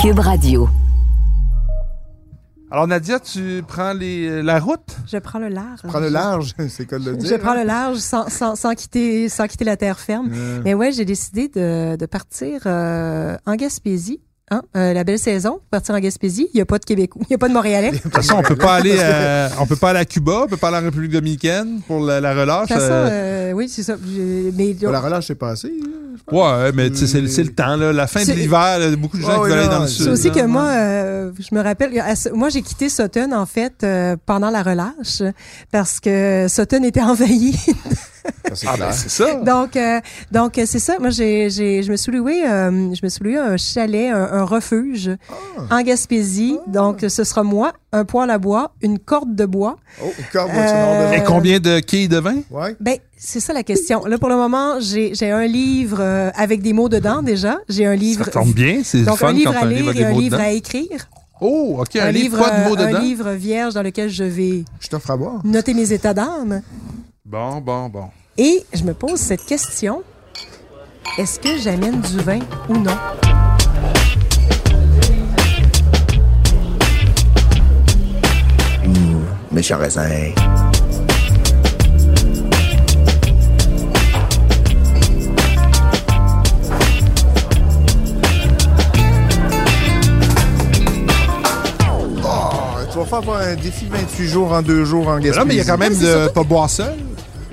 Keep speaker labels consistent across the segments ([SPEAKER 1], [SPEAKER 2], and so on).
[SPEAKER 1] Cube Radio.
[SPEAKER 2] Alors, Nadia, tu prends les, euh, la route?
[SPEAKER 3] Je prends le large.
[SPEAKER 2] Prends le
[SPEAKER 4] Mmh.
[SPEAKER 2] large, c'est quoi de le dire?
[SPEAKER 3] Je prends le large sans, sans, sans quitter, sans quitter la terre ferme.
[SPEAKER 2] Euh,
[SPEAKER 3] Mais ouais, j'ai décidé de, de partir euh, en Gaspésie. Hein, euh, la belle saison, partir en Gaspésie. Il n'y a pas de Québécois, il n'y a pas de Montréalais.
[SPEAKER 2] De toute façon, on peut pas aller, euh, on peut pas aller à Cuba, on peut pas aller en République dominicaine pour la, la
[SPEAKER 3] De
[SPEAKER 2] relâche.
[SPEAKER 3] toute façon,
[SPEAKER 2] euh,
[SPEAKER 3] euh, oui, c'est ça. J'ai- Mais,
[SPEAKER 4] Bon, la relâche est passée. là.
[SPEAKER 2] ouais, mais tu sais, c'est c'est le temps, là, la fin de
[SPEAKER 3] euh, C'est-
[SPEAKER 2] l'hiver, là, beaucoup de gens
[SPEAKER 4] Ah
[SPEAKER 2] qui
[SPEAKER 4] oui,
[SPEAKER 2] veulent aller
[SPEAKER 4] non,
[SPEAKER 2] dans le
[SPEAKER 4] c'est
[SPEAKER 2] sud.
[SPEAKER 3] C'est aussi
[SPEAKER 2] là.
[SPEAKER 3] que moi, euh, je me rappelle, à ce- moi j'ai quitté Sutton en fait euh, pendant la relâche parce que Sutton était envahi.
[SPEAKER 4] Ça, c'est
[SPEAKER 2] Ah,
[SPEAKER 4] clair.
[SPEAKER 2] ben, c'est ça.
[SPEAKER 3] donc euh, donc euh, c'est ça. Moi j'ai, j'ai je me suis loué euh, je me suis loué un chalet, un, un refuge
[SPEAKER 2] Ah.
[SPEAKER 3] en Gaspésie. Donc ce sera moi, un poêle à bois, une corde de bois.
[SPEAKER 4] Oh, encore, moi,
[SPEAKER 3] Euh,
[SPEAKER 2] Et combien de quilles de vin?
[SPEAKER 4] Ouais.
[SPEAKER 3] Ben c'est ça la question. Là pour le moment j'ai, j'ai un livre euh, avec des mots dedans déjà. J'ai un livre.
[SPEAKER 2] Ça tombe bien, c'est
[SPEAKER 3] Donc
[SPEAKER 2] fun
[SPEAKER 3] un livre
[SPEAKER 2] quand
[SPEAKER 3] à
[SPEAKER 2] t'as un
[SPEAKER 3] lire
[SPEAKER 2] livre avec des
[SPEAKER 3] et un
[SPEAKER 2] mots
[SPEAKER 3] livre
[SPEAKER 2] dedans.
[SPEAKER 3] à écrire.
[SPEAKER 2] Oh, OK, un, livre, pas de
[SPEAKER 3] euh,
[SPEAKER 2] mots dedans.
[SPEAKER 3] un livre vierge dans lequel je vais
[SPEAKER 4] Je t'offre à boire.
[SPEAKER 3] noter mes états d'âme.
[SPEAKER 2] Bon, bon, bon.
[SPEAKER 3] Et je me pose cette question. Est-ce que j'amène du vin ou non?
[SPEAKER 5] méchant raisin.
[SPEAKER 4] Ah, tu vas faire avoir un défi 28 jours en deux jours en Gaspésie.
[SPEAKER 2] Là, mais Hein? il y a quand même
[SPEAKER 3] Non, mais c'est
[SPEAKER 2] de
[SPEAKER 3] surtout-
[SPEAKER 2] pas boire seul.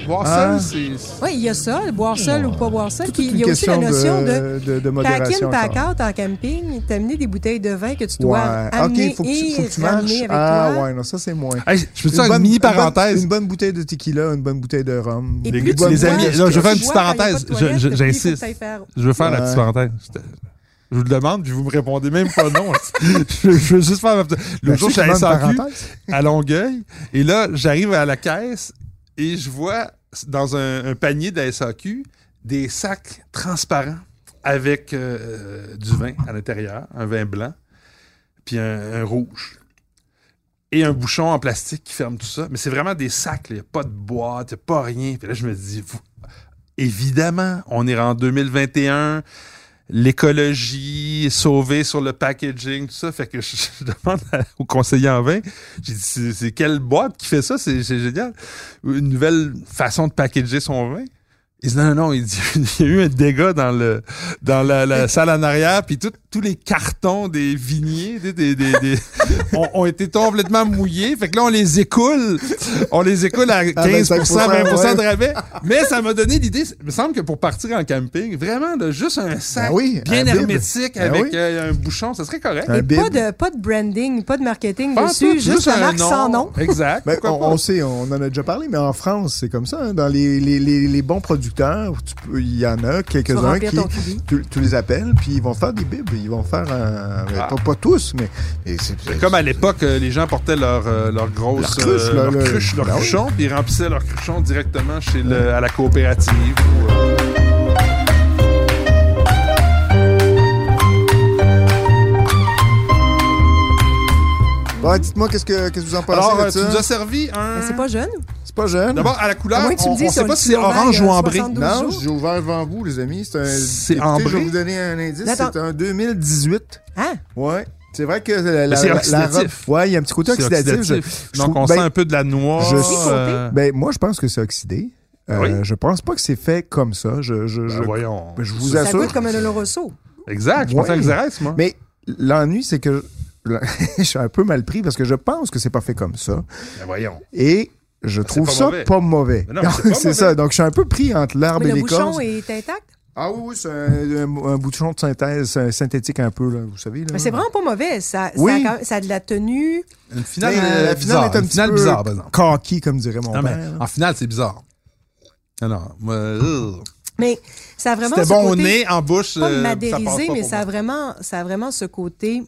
[SPEAKER 2] Boire
[SPEAKER 4] Ah.
[SPEAKER 2] seul, c'est...
[SPEAKER 3] Oui, il y a ça, le boire seul ou pas boire seul.
[SPEAKER 4] Toute
[SPEAKER 3] Puis il y a
[SPEAKER 4] une
[SPEAKER 3] aussi la
[SPEAKER 4] question
[SPEAKER 3] notion de,
[SPEAKER 4] de, de, de
[SPEAKER 3] pack in,
[SPEAKER 4] modération.
[SPEAKER 3] pack
[SPEAKER 4] encore.
[SPEAKER 3] out en camping, t'amener des bouteilles de vin que tu dois
[SPEAKER 4] Ouais. Ah,
[SPEAKER 3] amener
[SPEAKER 4] OK, faut que tu,
[SPEAKER 3] et
[SPEAKER 4] faut que tu
[SPEAKER 3] ramener
[SPEAKER 4] marches.
[SPEAKER 3] avec
[SPEAKER 4] ah,
[SPEAKER 3] toi.
[SPEAKER 4] ouais, non, ça, c'est moins.
[SPEAKER 2] Hey, je peux te faire
[SPEAKER 4] bonne-
[SPEAKER 2] une mini
[SPEAKER 4] bonne-
[SPEAKER 2] parenthèse?
[SPEAKER 4] une bonne bouteille de tequila, une bonne bouteille de rhum.
[SPEAKER 3] Et
[SPEAKER 2] Les-
[SPEAKER 3] plus
[SPEAKER 4] les
[SPEAKER 3] tu bois,
[SPEAKER 4] amis, là, je vais
[SPEAKER 3] plus
[SPEAKER 2] faire
[SPEAKER 3] tu
[SPEAKER 2] une petite
[SPEAKER 3] bois quand il y a pas de
[SPEAKER 2] parenthèse. Je- je-
[SPEAKER 3] toilette, plus il faut que
[SPEAKER 2] j'insiste.
[SPEAKER 3] t'ailles faire-
[SPEAKER 2] Je veux faire la
[SPEAKER 4] Ouais.
[SPEAKER 2] petite parenthèse. Je te- Je vous le demande, puis vous me répondez même pas non. je, je veux juste faire ma petite-
[SPEAKER 4] Ben,
[SPEAKER 2] L'autre jour,
[SPEAKER 4] c'est
[SPEAKER 2] je suis à
[SPEAKER 4] une bonne
[SPEAKER 2] SAQ,
[SPEAKER 4] parenthèse.
[SPEAKER 2] à Longueuil, et là, j'arrive à la caisse, et je vois dans un, un panier de la SAQ des sacs transparents avec euh, du vin à l'intérieur, un vin blanc, puis un, un rouge. Et un bouchon en plastique qui ferme tout ça. Mais c'est vraiment des sacs, il n'y a pas de boîte, il n'y a pas rien. Puis là, je me dis, vous- évidemment, on est en 2021, l'écologie est sauvée sur le packaging, tout ça. Fait que je, je demande à- au conseiller en vin, j'ai dit, c'est c'est quelle boîte qui fait ça? C'est c'est génial. Une nouvelle façon de packager son vin. Il dit non, non, non, il dit, il y a eu un dégât dans le dans la, la salle en arrière, puis tout- tous les cartons des vigniers des, des, des- des- ont, ont été complètement mouillés. Fait que là, on les écoule. On les écoule à 15 20 de rabais. Mais ça m'a donné l'idée. Il me semble que pour partir en camping, vraiment, là, juste un sac
[SPEAKER 4] Ben oui,
[SPEAKER 2] bien
[SPEAKER 4] un bib.
[SPEAKER 2] hermétique
[SPEAKER 4] Ben
[SPEAKER 2] avec
[SPEAKER 4] oui. Ben,
[SPEAKER 2] euh, un bouchon, ça serait correct.
[SPEAKER 4] Un
[SPEAKER 3] Et
[SPEAKER 4] bib.
[SPEAKER 3] pas de, pas de branding, pas de marketing
[SPEAKER 2] Pas en
[SPEAKER 3] dessus,
[SPEAKER 2] tout,
[SPEAKER 3] juste, la marque sans nom.
[SPEAKER 2] Exact.
[SPEAKER 4] Ben, on,
[SPEAKER 2] pourquoi pas.
[SPEAKER 4] on sait, on en a déjà parlé, mais en France, c'est comme ça. hein. Dans les, les- les- les bons producteurs, tu peux- il y en
[SPEAKER 3] Tu
[SPEAKER 4] a
[SPEAKER 3] vas
[SPEAKER 4] quelques-uns
[SPEAKER 3] remplir
[SPEAKER 4] qui.
[SPEAKER 3] ton cubi.
[SPEAKER 4] Tu, tu les appelles, puis ils vont faire des bibles. Ils vont faire un. ben,
[SPEAKER 2] Ah.
[SPEAKER 4] Pas, pas tous, mais. mais c'est- c'est-
[SPEAKER 2] Comme à l'époque, euh, les gens portaient leur, euh, leur grosse
[SPEAKER 4] Leur cruche, là,
[SPEAKER 2] leur
[SPEAKER 4] le-
[SPEAKER 2] cruche, leur
[SPEAKER 4] Ben oui.
[SPEAKER 2] cruchon, puis ils remplissaient leur cruchon directement chez le, à la coopérative. ou, euh,
[SPEAKER 4] Bon, dites-moi, qu'est-ce que, qu'est-ce que vous en pensez
[SPEAKER 2] Alors, euh,
[SPEAKER 4] de
[SPEAKER 2] tu
[SPEAKER 4] ça?
[SPEAKER 2] nous as servi un.
[SPEAKER 3] Mais Ben, c'est pas jeune.
[SPEAKER 4] C'est pas jeune.
[SPEAKER 2] D'abord, à la couleur,
[SPEAKER 3] À moins que tu
[SPEAKER 2] on
[SPEAKER 3] me dises
[SPEAKER 2] ne sait
[SPEAKER 3] sur
[SPEAKER 2] pas
[SPEAKER 3] le
[SPEAKER 2] si c'est
[SPEAKER 3] petit Laurent,
[SPEAKER 2] orange
[SPEAKER 3] euh,
[SPEAKER 2] ou ambré.
[SPEAKER 3] 72.
[SPEAKER 4] Non,
[SPEAKER 3] jours.
[SPEAKER 4] j'ai ouvert devant vous, les amis. C'est un.
[SPEAKER 2] C'est
[SPEAKER 4] écoutez,
[SPEAKER 2] ambré.
[SPEAKER 4] Je vais vous donner un indice.
[SPEAKER 3] Attends.
[SPEAKER 4] C'est un 2018.
[SPEAKER 3] Hein?
[SPEAKER 4] Ouais. C'est vrai que la, la,
[SPEAKER 2] Mais c'est
[SPEAKER 4] la- la
[SPEAKER 2] oxydatif.
[SPEAKER 4] robe- ouais, il y a un petit côté
[SPEAKER 2] C'est
[SPEAKER 4] oxydatif.
[SPEAKER 2] oxydatif.
[SPEAKER 4] je
[SPEAKER 2] Donc,
[SPEAKER 4] trouve-
[SPEAKER 2] on
[SPEAKER 4] ben,
[SPEAKER 2] sent un peu de la noix.
[SPEAKER 4] je-
[SPEAKER 2] euh,
[SPEAKER 4] Je, ben, moi, je pense que c'est oxydé. Euh,
[SPEAKER 2] Oui.
[SPEAKER 4] Je pense pas que c'est fait comme ça. Je, je,
[SPEAKER 2] ben,
[SPEAKER 4] je-
[SPEAKER 2] voyons.
[SPEAKER 4] je vous
[SPEAKER 3] Ça
[SPEAKER 4] assure.
[SPEAKER 3] goûte comme un Oloroso.
[SPEAKER 4] Ah,
[SPEAKER 2] Exact. Je pensais
[SPEAKER 4] Ouais.
[SPEAKER 2] à Xérès, moi.
[SPEAKER 4] Mais l'ennui, c'est que je, je suis un peu mal pris parce que je pense que c'est pas fait comme ça.
[SPEAKER 2] Ben, voyons.
[SPEAKER 4] Et je
[SPEAKER 2] Ah, c'est
[SPEAKER 4] trouve
[SPEAKER 2] pas
[SPEAKER 4] ça
[SPEAKER 2] mauvais.
[SPEAKER 4] pas mauvais.
[SPEAKER 2] Mais non, mais c'est pas mauvais.
[SPEAKER 4] ça. Donc, je suis un peu pris entre l'arbre
[SPEAKER 3] Mais
[SPEAKER 4] et
[SPEAKER 3] le bouchon
[SPEAKER 4] l'écorce.
[SPEAKER 3] est intact.
[SPEAKER 4] Ah oui, oui, c'est un, un- un bouchon de synthèse, un synthétique un peu, là, vous savez. Là.
[SPEAKER 3] Mais c'est vraiment pas mauvais. Ça, ça a
[SPEAKER 4] Oui.
[SPEAKER 3] quand même- ça, a de la tenue.
[SPEAKER 2] Une finale,
[SPEAKER 4] Mais,
[SPEAKER 2] euh,
[SPEAKER 4] la finale
[SPEAKER 2] bizarre.
[SPEAKER 4] est un
[SPEAKER 2] Une
[SPEAKER 4] petit
[SPEAKER 2] finale
[SPEAKER 4] peu
[SPEAKER 2] bizarre, par exemple.
[SPEAKER 4] cocky, comme dirait mon
[SPEAKER 2] Non, mais
[SPEAKER 4] père. là.
[SPEAKER 2] en finale, c'est bizarre. Non, non. moi, euh,
[SPEAKER 3] Mais ça a vraiment
[SPEAKER 2] C'était
[SPEAKER 3] ce
[SPEAKER 2] bon au
[SPEAKER 3] côté,
[SPEAKER 2] nez, en bouche.
[SPEAKER 3] Pas
[SPEAKER 2] euh, ça passe
[SPEAKER 3] madérisé,
[SPEAKER 2] pas
[SPEAKER 3] mais
[SPEAKER 2] pour
[SPEAKER 3] ça a,
[SPEAKER 2] moi.
[SPEAKER 3] vraiment, ça a vraiment ce côté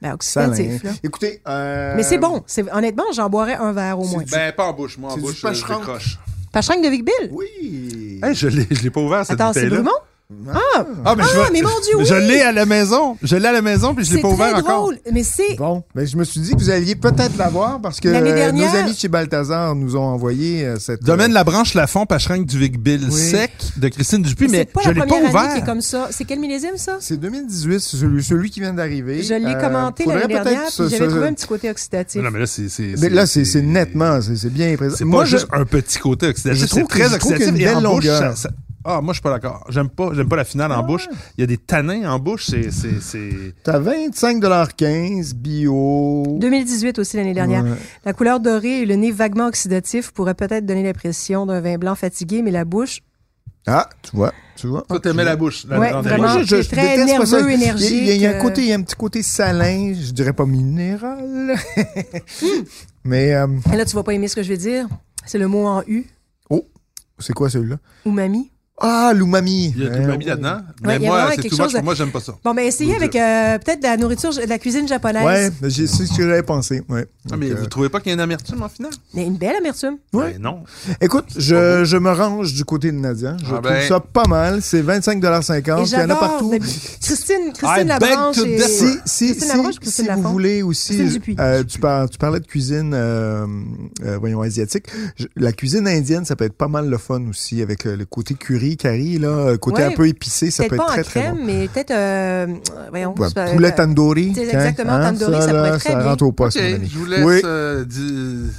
[SPEAKER 3] ben,
[SPEAKER 4] Salin.
[SPEAKER 2] hein.
[SPEAKER 3] oxydatif. là.
[SPEAKER 4] Écoutez, euh,
[SPEAKER 3] Mais c'est bon. C'est- Honnêtement, j'en boirais un verre au moins.
[SPEAKER 2] Ben, pas en bouche, moi. En
[SPEAKER 4] C'est du
[SPEAKER 2] bouche, euh, je
[SPEAKER 4] pacheron.
[SPEAKER 2] décroche.
[SPEAKER 3] Pachang de Vic Bill?
[SPEAKER 4] Oui.
[SPEAKER 2] Hey, je l'ai je l'ai pas ouvert, cette
[SPEAKER 3] Attends, c'est
[SPEAKER 2] bouteille-là.
[SPEAKER 3] Brumont? Ah!
[SPEAKER 2] Ah, mais, je
[SPEAKER 3] Ah,
[SPEAKER 2] vais-
[SPEAKER 3] mais mon Dieu, oui!
[SPEAKER 2] Je l'ai à la maison. Je l'ai à la maison, puis je l'ai
[SPEAKER 3] C'est
[SPEAKER 2] pas ouvert
[SPEAKER 3] très
[SPEAKER 2] encore.
[SPEAKER 3] drôle, mais c'est...
[SPEAKER 4] Bon, mais je me suis dit que vous alliez peut-être l'avoir parce que
[SPEAKER 3] L'année
[SPEAKER 4] euh,
[SPEAKER 3] dernière-
[SPEAKER 4] nos amis de chez Balthazar nous ont envoyé euh, cette.
[SPEAKER 2] Domaine La Branche Lafond, Pacherang du Vic Bill
[SPEAKER 4] Oui.
[SPEAKER 2] sec de Christine Dupuis,
[SPEAKER 3] c'est
[SPEAKER 2] mais
[SPEAKER 3] pas
[SPEAKER 2] je
[SPEAKER 3] la
[SPEAKER 2] l'ai pas
[SPEAKER 3] première année qui
[SPEAKER 2] ouvert.
[SPEAKER 3] est comme ça. C'est quel millésime, ça?
[SPEAKER 4] euh, C'est 2018, c'est celui, celui qui vient d'arriver.
[SPEAKER 3] Je l'ai
[SPEAKER 4] Euh,
[SPEAKER 3] commenté
[SPEAKER 4] faudrait
[SPEAKER 3] l'année
[SPEAKER 4] peut-être
[SPEAKER 3] dernière,
[SPEAKER 4] se-
[SPEAKER 3] puis j'avais
[SPEAKER 4] se-
[SPEAKER 3] trouvé un petit côté oxydatif.
[SPEAKER 2] Non, mais là, c'est- c'est.
[SPEAKER 4] Mais là, c'est c'est nettement, c'est c'est bien présent.
[SPEAKER 2] C'est pas
[SPEAKER 4] Moi, je-
[SPEAKER 2] juste un petit côté
[SPEAKER 4] Je
[SPEAKER 2] oxydatif,
[SPEAKER 4] trouve
[SPEAKER 2] c'est
[SPEAKER 4] que- je
[SPEAKER 2] très
[SPEAKER 4] trouve qu'il y a
[SPEAKER 2] oxydatif.
[SPEAKER 4] une
[SPEAKER 2] et en
[SPEAKER 4] belle
[SPEAKER 2] bouche,
[SPEAKER 4] longueur.
[SPEAKER 2] ça- ça- Ah, moi, je suis pas d'accord. J'aime pas, j'aime pas la finale en bouche. Il y a des tanins en bouche. C'est, c'est, c'est...
[SPEAKER 4] T'as 25,15 bio.
[SPEAKER 3] 2018 aussi l'année dernière.
[SPEAKER 4] Ouais.
[SPEAKER 3] La couleur dorée et le nez vaguement oxydatif pourraient peut-être donner l'impression d'un vin blanc fatigué, mais la bouche,
[SPEAKER 4] Ah, tu vois, tu vois.
[SPEAKER 2] Toi, t'aimais la bouche. la-
[SPEAKER 3] Ouais,
[SPEAKER 2] la- la-
[SPEAKER 3] vraiment.
[SPEAKER 2] Moi,
[SPEAKER 3] c'est très
[SPEAKER 4] déteste pas ça.
[SPEAKER 3] nerveux,
[SPEAKER 4] Il y a- Il y a, il y a un
[SPEAKER 3] énergique, euh.
[SPEAKER 4] côté, il y a un petit côté salin, je dirais pas minéral. Mais euh,
[SPEAKER 3] et là, tu vas pas aimer ce que je vais dire. C'est le mot en U,
[SPEAKER 4] c'est quoi celui-là
[SPEAKER 3] umami.
[SPEAKER 4] Ah, l'umami.
[SPEAKER 2] Il y a de
[SPEAKER 4] Euh,
[SPEAKER 2] l'umami là-dedans.
[SPEAKER 3] Ouais,
[SPEAKER 2] Mais
[SPEAKER 3] il y a
[SPEAKER 2] moi,
[SPEAKER 3] vraiment
[SPEAKER 2] c'est
[SPEAKER 3] quelque
[SPEAKER 2] tout much.
[SPEAKER 3] chose de-
[SPEAKER 2] Pour Moi, j'aime pas ça.
[SPEAKER 3] Bon, ben, essayez
[SPEAKER 2] Mon
[SPEAKER 3] avec euh, peut-être de la nourriture, de la cuisine japonaise.
[SPEAKER 4] Ouais, mais j'ai- c'est ce que j'avais pensé. Ouais.
[SPEAKER 2] Ah, mais
[SPEAKER 4] Donc,
[SPEAKER 2] vous
[SPEAKER 4] euh,
[SPEAKER 2] trouvez pas qu'il y a une amertume en finale?
[SPEAKER 3] Mais une belle amertume.
[SPEAKER 4] Ouais.
[SPEAKER 2] Ben non.
[SPEAKER 4] Écoute, je, je me range du côté de Nadia. Je
[SPEAKER 2] Ah
[SPEAKER 4] trouve
[SPEAKER 2] ben.
[SPEAKER 4] ça pas mal. C'est 25,50
[SPEAKER 3] Et
[SPEAKER 4] Il y en a
[SPEAKER 3] j'adore.
[SPEAKER 4] partout.
[SPEAKER 3] la- Christine,
[SPEAKER 2] I
[SPEAKER 3] Christine Labranche.
[SPEAKER 2] beg to
[SPEAKER 3] et-
[SPEAKER 2] differ.
[SPEAKER 4] Ben, Si, si,
[SPEAKER 3] Christine
[SPEAKER 4] si,
[SPEAKER 3] Labranche,
[SPEAKER 4] si
[SPEAKER 3] Christine
[SPEAKER 4] vous
[SPEAKER 3] Lafont.
[SPEAKER 4] voulez aussi,
[SPEAKER 3] Christine
[SPEAKER 4] je-
[SPEAKER 3] Dupuis.
[SPEAKER 4] euh, tu, par- tu parlais de cuisine, euh, euh, voyons, asiatique. Je- la cuisine indienne, ça peut être pas mal le fun aussi, avec euh, le côté curry, curry, là, le côté
[SPEAKER 3] Ouais.
[SPEAKER 4] un peu épicé, ça peut
[SPEAKER 3] Peut-être
[SPEAKER 4] être
[SPEAKER 3] pas
[SPEAKER 4] très,
[SPEAKER 3] en
[SPEAKER 4] très
[SPEAKER 3] crème,
[SPEAKER 4] bon.
[SPEAKER 3] mais peut-être, euh, euh, voyons,
[SPEAKER 4] Ouais,
[SPEAKER 3] c'est pas-
[SPEAKER 4] poulet
[SPEAKER 3] euh,
[SPEAKER 4] tandoori.
[SPEAKER 3] c'est
[SPEAKER 4] tiens,
[SPEAKER 3] exactement, tandoori, ça
[SPEAKER 4] ça,
[SPEAKER 3] pourrait
[SPEAKER 4] là,
[SPEAKER 3] très
[SPEAKER 4] ça
[SPEAKER 3] bien.
[SPEAKER 4] rentre au poste,
[SPEAKER 2] OK,
[SPEAKER 4] mon ami.
[SPEAKER 2] je vous laisse
[SPEAKER 4] Oui.
[SPEAKER 2] euh, di-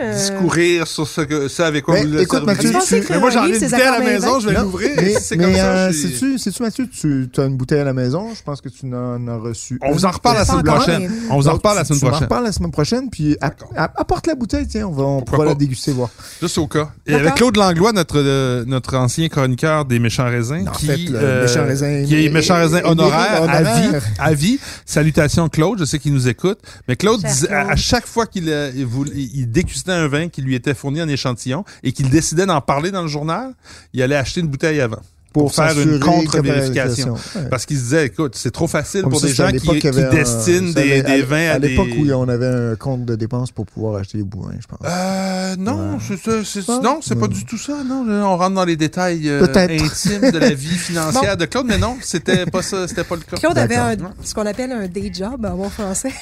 [SPEAKER 3] euh,
[SPEAKER 2] discourir sur ce, que, ce avec quoi
[SPEAKER 4] Mais
[SPEAKER 2] vous le
[SPEAKER 4] écoute,
[SPEAKER 2] serviez.
[SPEAKER 4] Mathieu,
[SPEAKER 3] Je pensais
[SPEAKER 4] tu-
[SPEAKER 3] écrire
[SPEAKER 2] Mais moi,
[SPEAKER 3] un
[SPEAKER 2] j'en ai
[SPEAKER 3] livre,
[SPEAKER 2] une
[SPEAKER 3] ces
[SPEAKER 2] bouteille à la
[SPEAKER 3] accords
[SPEAKER 2] maison, je vais
[SPEAKER 4] Non,
[SPEAKER 2] l'ouvrir.
[SPEAKER 4] Mais,
[SPEAKER 2] C'est comme
[SPEAKER 4] mais
[SPEAKER 2] ça.
[SPEAKER 4] euh,
[SPEAKER 2] je suis-
[SPEAKER 4] sais-tu, sais-tu, Mathieu, tu as une bouteille à la maison. Je pense que tu n'en as reçu.
[SPEAKER 2] On vous en
[SPEAKER 4] une.
[SPEAKER 2] reparle la
[SPEAKER 3] Pas
[SPEAKER 2] semaine
[SPEAKER 3] encore,
[SPEAKER 2] prochaine.
[SPEAKER 3] mais-
[SPEAKER 2] On vous en
[SPEAKER 4] Donc,
[SPEAKER 2] reparle la
[SPEAKER 4] Bah, tu-
[SPEAKER 2] semaine
[SPEAKER 4] tu m'en
[SPEAKER 2] prochaine.
[SPEAKER 4] reparles la semaine prochaine, puis app-
[SPEAKER 2] D'accord.
[SPEAKER 4] app- apporte la bouteille, tiens, on, va, on
[SPEAKER 2] Pourquoi
[SPEAKER 4] pourra la
[SPEAKER 2] pas?
[SPEAKER 4] déguster, voir.
[SPEAKER 2] Juste au cas. Et
[SPEAKER 3] D'accord.
[SPEAKER 2] avec Claude Langlois, notre, euh, notre ancien chroniqueur des méchants raisins,
[SPEAKER 4] En
[SPEAKER 2] qui,
[SPEAKER 4] fait, le
[SPEAKER 2] euh,
[SPEAKER 4] méchant raisin-
[SPEAKER 2] qui est méchant raisin
[SPEAKER 4] émérite,
[SPEAKER 2] honoraire, à vie,
[SPEAKER 4] honoraire.
[SPEAKER 2] à vie. Salutations Claude, je sais qu'il nous écoute. Mais Claude,
[SPEAKER 3] Cher
[SPEAKER 2] disait- à,
[SPEAKER 3] Claude.
[SPEAKER 2] à chaque fois qu'il euh, il voulait- il dégustait un vin qui lui était fourni en échantillon et qu'il décidait d'en parler dans le journal, il allait acheter une bouteille avant. Pour faire une
[SPEAKER 4] s'assurer
[SPEAKER 2] contre-vérification.
[SPEAKER 4] que la- Ouais.
[SPEAKER 2] Parce qu'il se disait, écoute, c'est trop facile
[SPEAKER 4] Comme
[SPEAKER 2] pour
[SPEAKER 4] ça,
[SPEAKER 2] des
[SPEAKER 4] c'est à
[SPEAKER 2] gens qui,
[SPEAKER 4] l'époque
[SPEAKER 2] qui
[SPEAKER 4] qu'il y avait un-
[SPEAKER 2] destinent
[SPEAKER 4] ça,
[SPEAKER 2] des,
[SPEAKER 4] mais
[SPEAKER 2] des vins à,
[SPEAKER 4] À
[SPEAKER 2] des...
[SPEAKER 4] l'époque où on avait un compte de dépenses pour pouvoir acheter les bouins, je pense.
[SPEAKER 2] Euh, non,
[SPEAKER 4] Ouais.
[SPEAKER 2] c'est ça, c'est-
[SPEAKER 4] Ouais.
[SPEAKER 2] non, c'est pas
[SPEAKER 4] Ouais.
[SPEAKER 2] du tout ça. Non, Là, on rentre dans les détails euh,
[SPEAKER 4] Peut-être.
[SPEAKER 2] intimes de la vie financière de Claude, mais non, c'était pas ça, c'était pas le cas.
[SPEAKER 3] Claude avait un-
[SPEAKER 2] D'accord.
[SPEAKER 3] ce qu'on appelle un day job en bon français.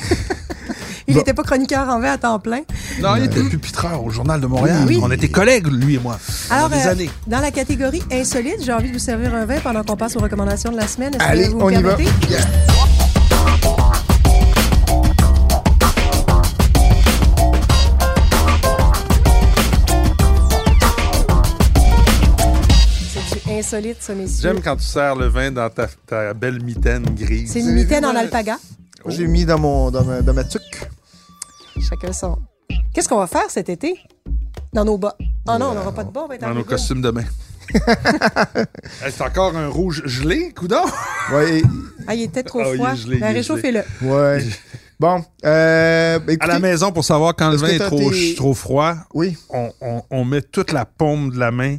[SPEAKER 3] Il
[SPEAKER 4] Bon.
[SPEAKER 3] n'était pas chroniqueur en vin à temps plein.
[SPEAKER 2] Non, il était pupitreur au Journal de Montréal.
[SPEAKER 3] Oui.
[SPEAKER 2] On était collègues, lui et moi.
[SPEAKER 3] Alors,
[SPEAKER 2] pendant des
[SPEAKER 3] euh,
[SPEAKER 2] années.
[SPEAKER 3] dans la catégorie insolite, j'ai envie de vous servir un vin pendant qu'on passe aux recommandations de la semaine. Est-ce
[SPEAKER 4] Allez,
[SPEAKER 3] que vous
[SPEAKER 4] on
[SPEAKER 3] me
[SPEAKER 4] y va.
[SPEAKER 3] permettez? C'est du insolite, ça, messieurs.
[SPEAKER 2] J'aime quand tu sers le vin dans ta, ta belle mitaine grise.
[SPEAKER 3] C'est une mitaine en alpaga.
[SPEAKER 4] J'ai mis dans, mon, dans, ma, dans ma tuque.
[SPEAKER 3] Chacun son. Qu'est-ce qu'on va faire cet été? Dans nos bas. Ah non, on n'aura pas de bas, on va être en
[SPEAKER 2] Dans nos
[SPEAKER 3] rigoule.
[SPEAKER 2] costumes de bain. Hey, c'est encore un rouge gelé, coudon?
[SPEAKER 4] Ouais, et-
[SPEAKER 3] Ah, il est peut-être trop
[SPEAKER 2] Ah, il est
[SPEAKER 3] froid.
[SPEAKER 2] gelé,
[SPEAKER 3] Ben,
[SPEAKER 2] il est
[SPEAKER 3] Réchauffez-le.
[SPEAKER 4] ouais. bon, euh, ben,
[SPEAKER 2] À la
[SPEAKER 4] écoutez-
[SPEAKER 2] maison, pour savoir quand le
[SPEAKER 4] Est-ce
[SPEAKER 2] vin
[SPEAKER 4] que
[SPEAKER 2] est
[SPEAKER 4] t'as
[SPEAKER 2] trop,
[SPEAKER 4] tes-
[SPEAKER 2] trop froid,
[SPEAKER 4] Oui,
[SPEAKER 2] on, on- on met toute la paume de la main.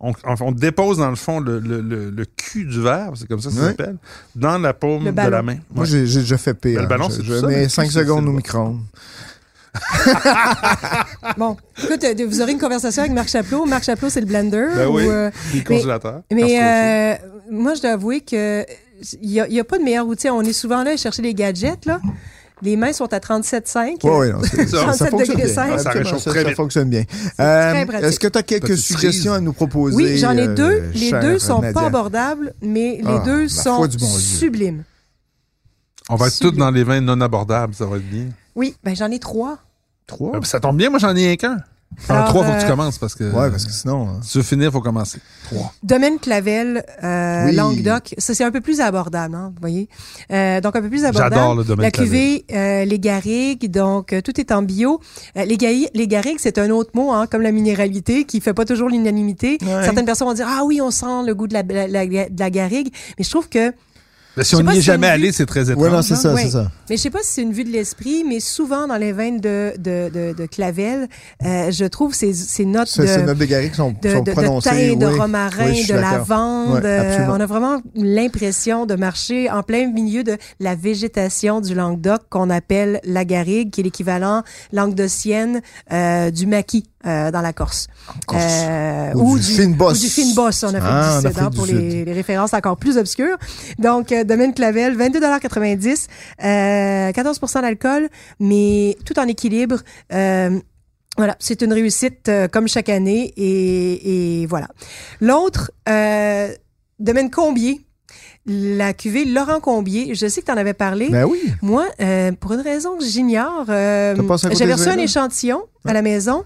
[SPEAKER 2] On, on- on dépose dans le fond le, le- le- le cul du verre, c'est comme ça que ça
[SPEAKER 4] Oui.
[SPEAKER 2] s'appelle, dans la paume
[SPEAKER 3] Le
[SPEAKER 2] de
[SPEAKER 3] ballon.
[SPEAKER 2] la main.
[SPEAKER 4] moi
[SPEAKER 2] Ouais.
[SPEAKER 4] j'ai j'ai déjà fait pire.
[SPEAKER 2] Ben, le ballon,
[SPEAKER 4] hein.
[SPEAKER 2] c'est
[SPEAKER 4] je,
[SPEAKER 2] tout
[SPEAKER 4] je
[SPEAKER 2] ça, mais
[SPEAKER 4] mets
[SPEAKER 2] le
[SPEAKER 4] 5
[SPEAKER 2] cul, c'est-
[SPEAKER 4] secondes
[SPEAKER 2] c'est
[SPEAKER 4] au
[SPEAKER 2] le
[SPEAKER 4] micro-ondes.
[SPEAKER 3] Bon, écoute, euh, vous aurez une conversation avec Marc Chaplot. Marc Chaplot, c'est le blender.
[SPEAKER 2] Ben oui.
[SPEAKER 3] ou, euh,
[SPEAKER 2] Puis le congélateur.
[SPEAKER 3] mais
[SPEAKER 2] Parce
[SPEAKER 3] euh, moi, je dois avouer que il n'y a, il y a pas de meilleur outil. On est souvent là à chercher les gadgets. Là. Les mains sont à 37,5.
[SPEAKER 4] Ouais, ouais, non, c'est-
[SPEAKER 2] Ça,
[SPEAKER 4] ça, ça
[SPEAKER 3] 37
[SPEAKER 4] fonctionne
[SPEAKER 3] degrés
[SPEAKER 4] bien.
[SPEAKER 3] cinq.
[SPEAKER 2] Ah, ça
[SPEAKER 4] Absolument,
[SPEAKER 2] réchauffe
[SPEAKER 4] ça-
[SPEAKER 2] très
[SPEAKER 4] ça
[SPEAKER 2] bien.
[SPEAKER 4] fonctionne bien. Euh,
[SPEAKER 3] très pratique.
[SPEAKER 4] Est-ce que tu as quelques
[SPEAKER 2] Petite
[SPEAKER 4] suggestions
[SPEAKER 2] cerise.
[SPEAKER 4] à nous proposer?
[SPEAKER 3] oui, j'en ai
[SPEAKER 4] euh,
[SPEAKER 3] deux. les
[SPEAKER 4] chère
[SPEAKER 3] deux sont
[SPEAKER 4] Nadia?
[SPEAKER 3] pas abordables, mais les
[SPEAKER 4] Ah,
[SPEAKER 3] deux
[SPEAKER 4] la
[SPEAKER 3] sont
[SPEAKER 4] foi du bon Dieu.
[SPEAKER 3] sublimes.
[SPEAKER 2] que- on va être tous
[SPEAKER 3] Sublime.
[SPEAKER 2] dans les vins non abordables, ça va être bien.
[SPEAKER 3] Oui, ben j'en ai trois.
[SPEAKER 4] Trois?
[SPEAKER 2] Euh, ça tombe bien, moi j'en ai rien qu'un. En
[SPEAKER 3] Alors,
[SPEAKER 2] trois, faut
[SPEAKER 3] euh,
[SPEAKER 2] que tu commences parce que.
[SPEAKER 4] Ouais, parce que sinon. hein.
[SPEAKER 2] Si tu veux finir, faut commencer.
[SPEAKER 3] Domaine Clavel, euh,
[SPEAKER 4] Oui.
[SPEAKER 3] Languedoc, ça c'est un peu plus abordable, hein, vous voyez. Euh, donc un peu plus abordable.
[SPEAKER 2] J'adore le domaine
[SPEAKER 3] La cuvée, euh, les garrigues, donc euh, tout est en bio. Euh, les, gaï- les garrigues, c'est un autre mot, hein, comme la minéralité, qui fait pas toujours l'unanimité.
[SPEAKER 4] Ouais.
[SPEAKER 3] Certaines personnes vont dire ah oui, on sent le goût de la, la- la- de la garrigue, mais je trouve que,
[SPEAKER 2] Mais si
[SPEAKER 3] Je sais
[SPEAKER 2] on
[SPEAKER 3] pas
[SPEAKER 2] n'y est
[SPEAKER 3] si
[SPEAKER 2] jamais
[SPEAKER 3] on a vu-
[SPEAKER 2] allé, c'est très étrange.
[SPEAKER 4] Ouais, non, c'est ça,
[SPEAKER 3] Ouais.
[SPEAKER 4] c'est ça.
[SPEAKER 3] mais je sais pas si c'est une vue de l'esprit, mais souvent dans les veines de de, de, de Clavel, euh, je trouve ces ces notes
[SPEAKER 4] C'est
[SPEAKER 3] de
[SPEAKER 4] ces notes de garrigue qui sont,
[SPEAKER 3] de,
[SPEAKER 4] sont
[SPEAKER 3] de- de
[SPEAKER 4] prononcées.
[SPEAKER 3] thym, de
[SPEAKER 4] oui.
[SPEAKER 3] romarin,
[SPEAKER 4] Oui, je suis
[SPEAKER 3] de
[SPEAKER 4] d'accord.
[SPEAKER 3] lavande.
[SPEAKER 4] Ouais,
[SPEAKER 3] Euh,
[SPEAKER 4] absolument.
[SPEAKER 3] on a vraiment l'impression de marcher en plein milieu de la végétation du Languedoc qu'on appelle la garrigue, qui est l'équivalent languedocienne euh, du maquis euh, dans la Corse.
[SPEAKER 4] Corse.
[SPEAKER 3] Euh,
[SPEAKER 4] Ou du fynbos.
[SPEAKER 3] Ou du fynbos en Afrique
[SPEAKER 4] Ah,
[SPEAKER 3] du
[SPEAKER 4] en
[SPEAKER 3] Sud,
[SPEAKER 4] Afrique
[SPEAKER 3] hein,
[SPEAKER 4] du
[SPEAKER 3] pour
[SPEAKER 4] Sud.
[SPEAKER 3] les, les références encore plus obscures. Donc, euh, Domaine Clavel, 22,90 euh, 14 d'alcool, mais tout en équilibre. Euh, voilà, c'est une réussite euh, comme chaque année et, et voilà. L'autre, euh, Domaine Combier, la cuvée Laurent Combier, je sais que tu en avais parlé.
[SPEAKER 4] Ben oui.
[SPEAKER 3] Moi, euh, pour une raison que j'ignore, euh,
[SPEAKER 4] T'as passé à côté
[SPEAKER 3] j'avais
[SPEAKER 4] du
[SPEAKER 3] reçu un
[SPEAKER 4] vin, là?
[SPEAKER 3] échantillon à la maison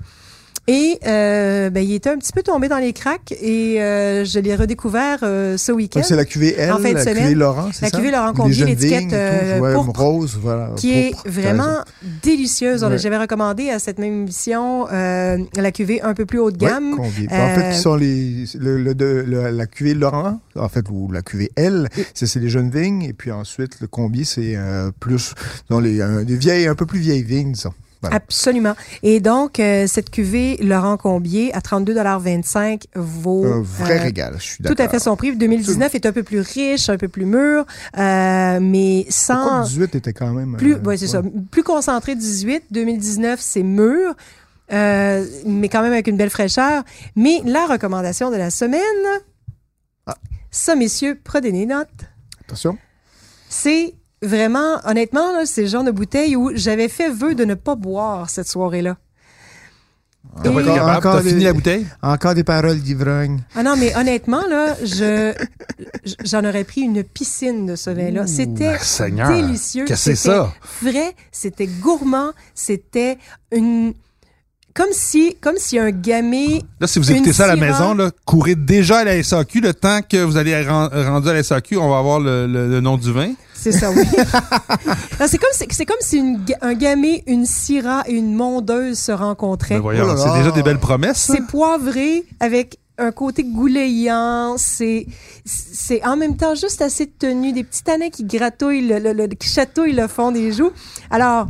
[SPEAKER 3] et euh, ben, il était un petit peu tombé dans les cracks et euh, je l'ai redécouvert euh, ce week-end.
[SPEAKER 4] Donc, C'est la cuvée L,
[SPEAKER 3] En fin de
[SPEAKER 4] la
[SPEAKER 3] semaine,
[SPEAKER 4] cuvée Laurent, c'est
[SPEAKER 3] la
[SPEAKER 4] ça?
[SPEAKER 3] cuvée Laurent
[SPEAKER 4] Des
[SPEAKER 3] Combier,
[SPEAKER 4] jeunes
[SPEAKER 3] l'étiquette,
[SPEAKER 4] vignes et tout,
[SPEAKER 3] euh,
[SPEAKER 4] ouais,
[SPEAKER 3] pourpre,
[SPEAKER 4] rose, voilà.
[SPEAKER 3] qui est
[SPEAKER 4] pourpre, t'as raison.
[SPEAKER 3] vraiment délicieuse. On
[SPEAKER 4] Ouais.
[SPEAKER 3] l'a- J'avais recommandé à cette même émission euh, la cuvée un peu plus haut de
[SPEAKER 4] Ouais,
[SPEAKER 3] gamme.
[SPEAKER 4] Combier. En fait,
[SPEAKER 3] Euh,
[SPEAKER 4] qui sont les, le, le- de- le- la cuvée Laurent, en fait, ou la cuvée L, c'est c'est les jeunes vignes. Et puis ensuite, le combi, c'est euh, plus dans les, euh, des vieilles, un peu plus vieilles vignes, disons. Voilà.
[SPEAKER 3] Absolument. Et donc, euh, cette cuvée Laurent Combier à 32,25 vaut
[SPEAKER 4] Un vrai
[SPEAKER 3] euh,
[SPEAKER 4] régal, je suis
[SPEAKER 3] tout
[SPEAKER 4] d'accord.
[SPEAKER 3] à fait son prix. 2019 est un peu plus riche, un peu plus mûr, euh, mais
[SPEAKER 4] Pourquoi
[SPEAKER 3] sans...
[SPEAKER 4] le 18 était quand même.
[SPEAKER 3] Plus,
[SPEAKER 4] euh,
[SPEAKER 3] ouais, c'est ça.
[SPEAKER 4] ouais.
[SPEAKER 3] Plus concentré 18, 2019, c'est mûr. euh, mais quand même avec une belle fraîcheur. Mais la recommandation de la semaine,
[SPEAKER 4] Ah.
[SPEAKER 3] ça, messieurs, prenez des notes.
[SPEAKER 4] Attention.
[SPEAKER 3] C'est vraiment, honnêtement, là, c'est le genre de bouteille où j'avais fait vœu de ne pas boire cette soirée-là.
[SPEAKER 2] T'as pas été
[SPEAKER 4] Encore-
[SPEAKER 2] capable,
[SPEAKER 4] encore
[SPEAKER 2] t'as
[SPEAKER 4] des-
[SPEAKER 2] fini la bouteille?
[SPEAKER 4] Encore des paroles d'ivrogne.
[SPEAKER 3] Ah non, mais honnêtement, là, je, j'en aurais pris une piscine de ce vin-là. C'était
[SPEAKER 2] Ah, Seigneur.
[SPEAKER 3] délicieux.
[SPEAKER 2] Qu'est-ce que c'est
[SPEAKER 3] c'était
[SPEAKER 2] ça?
[SPEAKER 3] Frais, c'était gourmand, c'était une. Comme si, comme si un gamay.
[SPEAKER 2] Là, si vous
[SPEAKER 3] Une
[SPEAKER 2] écoutez ça à la
[SPEAKER 3] syrah.
[SPEAKER 2] maison, là, courez déjà à la SAQ. Le temps que vous allez ren- rendu à la SAQ, on va avoir le, le- le nom du vin.
[SPEAKER 3] C'est ça, oui. Non, c'est comme si, c'est comme si une ga- un gamay, une syrah et une mondeuse se rencontraient.
[SPEAKER 2] Ben voyons,
[SPEAKER 4] Oh là là.
[SPEAKER 2] c'est déjà des belles promesses. ça.
[SPEAKER 3] C'est poivré avec un côté goulayant. C'est, c'est en même temps juste assez tenu. Des petits tanins qui gratouillent, le, le, le- qui chatouillent le fond des joues. Alors,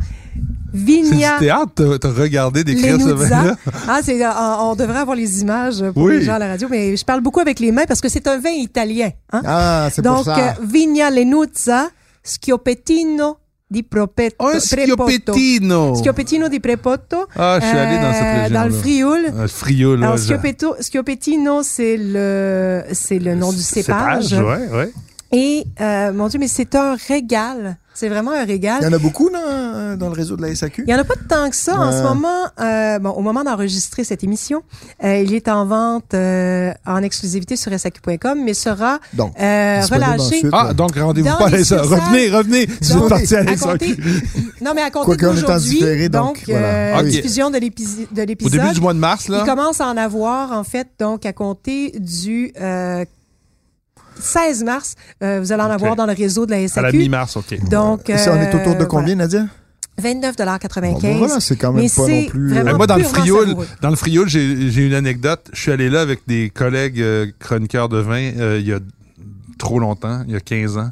[SPEAKER 2] C'est du
[SPEAKER 3] Vigna.
[SPEAKER 2] théâtre, t'as- t'as regardé décrire ce
[SPEAKER 3] Lenuzza.
[SPEAKER 2] vin-là.
[SPEAKER 3] Ah, c'est, euh, on devrait avoir les images pour
[SPEAKER 2] Oui.
[SPEAKER 3] les gens à la radio, mais je parle beaucoup avec les mains parce que c'est un vin italien. hein.
[SPEAKER 4] Ah, c'est pour
[SPEAKER 3] Donc, euh,
[SPEAKER 4] ça.
[SPEAKER 3] Vigna Lenuzza, Schioppettino di Propetto.
[SPEAKER 2] Un
[SPEAKER 3] Prepotto.
[SPEAKER 2] schioppettino.
[SPEAKER 3] Schioppettino di Prepotto.
[SPEAKER 2] Ah, je suis allé dans
[SPEAKER 3] euh,
[SPEAKER 2] cette région
[SPEAKER 3] Dans le Frioul.
[SPEAKER 2] Un frioul, là.
[SPEAKER 3] Alors,
[SPEAKER 2] genre.
[SPEAKER 3] Schioppettino, Schioppettino, c'est le, c'est le nom du cépage.
[SPEAKER 2] ouais, ouais.
[SPEAKER 3] Et, euh, mon Dieu, mais c'est un régal. C'est vraiment un régal.
[SPEAKER 4] Il y en a beaucoup euh, dans, dans le réseau de la SAQ?
[SPEAKER 3] Il n'y en a pas tant que ça. En
[SPEAKER 4] Euh.
[SPEAKER 3] ce moment, euh, bon, au moment d'enregistrer cette émission, euh, il est en vente euh, en exclusivité sur sacu.com, mais sera
[SPEAKER 4] Donc,
[SPEAKER 3] euh,
[SPEAKER 4] disponible
[SPEAKER 3] relâché.
[SPEAKER 4] ensuite.
[SPEAKER 2] Ah, donc rendez-vous
[SPEAKER 3] Dans
[SPEAKER 2] pas à
[SPEAKER 3] les
[SPEAKER 2] la SAQ.
[SPEAKER 3] succursales.
[SPEAKER 2] Revenez, revenez. Si vous
[SPEAKER 3] Donc,
[SPEAKER 2] êtes parti à
[SPEAKER 3] à
[SPEAKER 2] la
[SPEAKER 3] compter-
[SPEAKER 2] SAQ.
[SPEAKER 3] Non, mais à compter
[SPEAKER 4] Quoique on est en
[SPEAKER 3] d'aujourd'hui,
[SPEAKER 4] différé, donc,
[SPEAKER 3] donc,
[SPEAKER 4] voilà.
[SPEAKER 3] euh,
[SPEAKER 2] Ok.
[SPEAKER 3] diffusion de l'épi- de
[SPEAKER 2] Au
[SPEAKER 3] l'épisode.
[SPEAKER 2] début du mois de mars,
[SPEAKER 3] Il
[SPEAKER 2] là.
[SPEAKER 3] commence à en avoir, en fait, donc à compter du euh, 16 mars. euh, vous allez en
[SPEAKER 2] Ok.
[SPEAKER 3] avoir dans le réseau de la
[SPEAKER 2] À la
[SPEAKER 3] SAQ.
[SPEAKER 2] mi-mars, OK.
[SPEAKER 3] donc,
[SPEAKER 4] Si on est
[SPEAKER 3] euh,
[SPEAKER 4] autour de combien, Nadia?
[SPEAKER 3] voilà. 29,95
[SPEAKER 4] Bon, ben voilà, c'est quand même
[SPEAKER 3] Mais
[SPEAKER 4] pas non
[SPEAKER 3] c'est
[SPEAKER 4] plus. Ben,
[SPEAKER 3] vraiment-
[SPEAKER 2] Euh, moi, dans le
[SPEAKER 3] purement
[SPEAKER 2] Frioul,
[SPEAKER 3] savoureux.
[SPEAKER 2] dans le Frioul, j'ai j'ai une anecdote. Je suis allé là avec des collègues euh, chroniqueurs de vin euh, il y a trop longtemps, il y a 15 ans.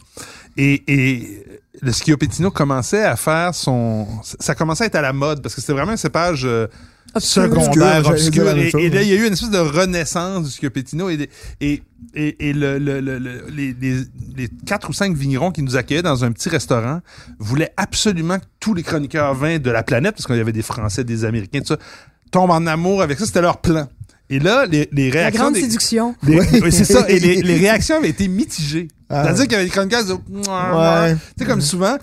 [SPEAKER 2] Et, et le Schioppettino commençait à faire son... Ça commençait à être à la mode parce que c'était vraiment un cépage euh,
[SPEAKER 3] Obscur.
[SPEAKER 2] secondaire,
[SPEAKER 4] Obscur, j'allais dire
[SPEAKER 2] obscur.
[SPEAKER 4] la même
[SPEAKER 2] Et,
[SPEAKER 4] chose,
[SPEAKER 2] et là,
[SPEAKER 4] oui.
[SPEAKER 2] il y a eu une espèce de renaissance du Schioppettino. Et, des- et, et, et le, le- le- le- les, les- les quatre ou cinq vignerons qui nous accueillaient dans un petit restaurant voulaient absolument que tous les chroniqueurs vins de la planète, parce qu'il y avait des Français, des Américains, tout ça, tombent en amour avec ça. C'était leur plan. Et là, les, les
[SPEAKER 3] La
[SPEAKER 2] réactions.
[SPEAKER 3] grande
[SPEAKER 2] des-
[SPEAKER 3] séduction.
[SPEAKER 2] les-
[SPEAKER 4] Ouais.
[SPEAKER 2] oui, c'est ça. Et les, les réactions avaient été mitigées.
[SPEAKER 4] Ah.
[SPEAKER 2] C'est-à-dire qu'il y avait des chroniqueurs qui disaient, Mouah,
[SPEAKER 4] Ouais.
[SPEAKER 2] mouah. Tu sais, comme souvent.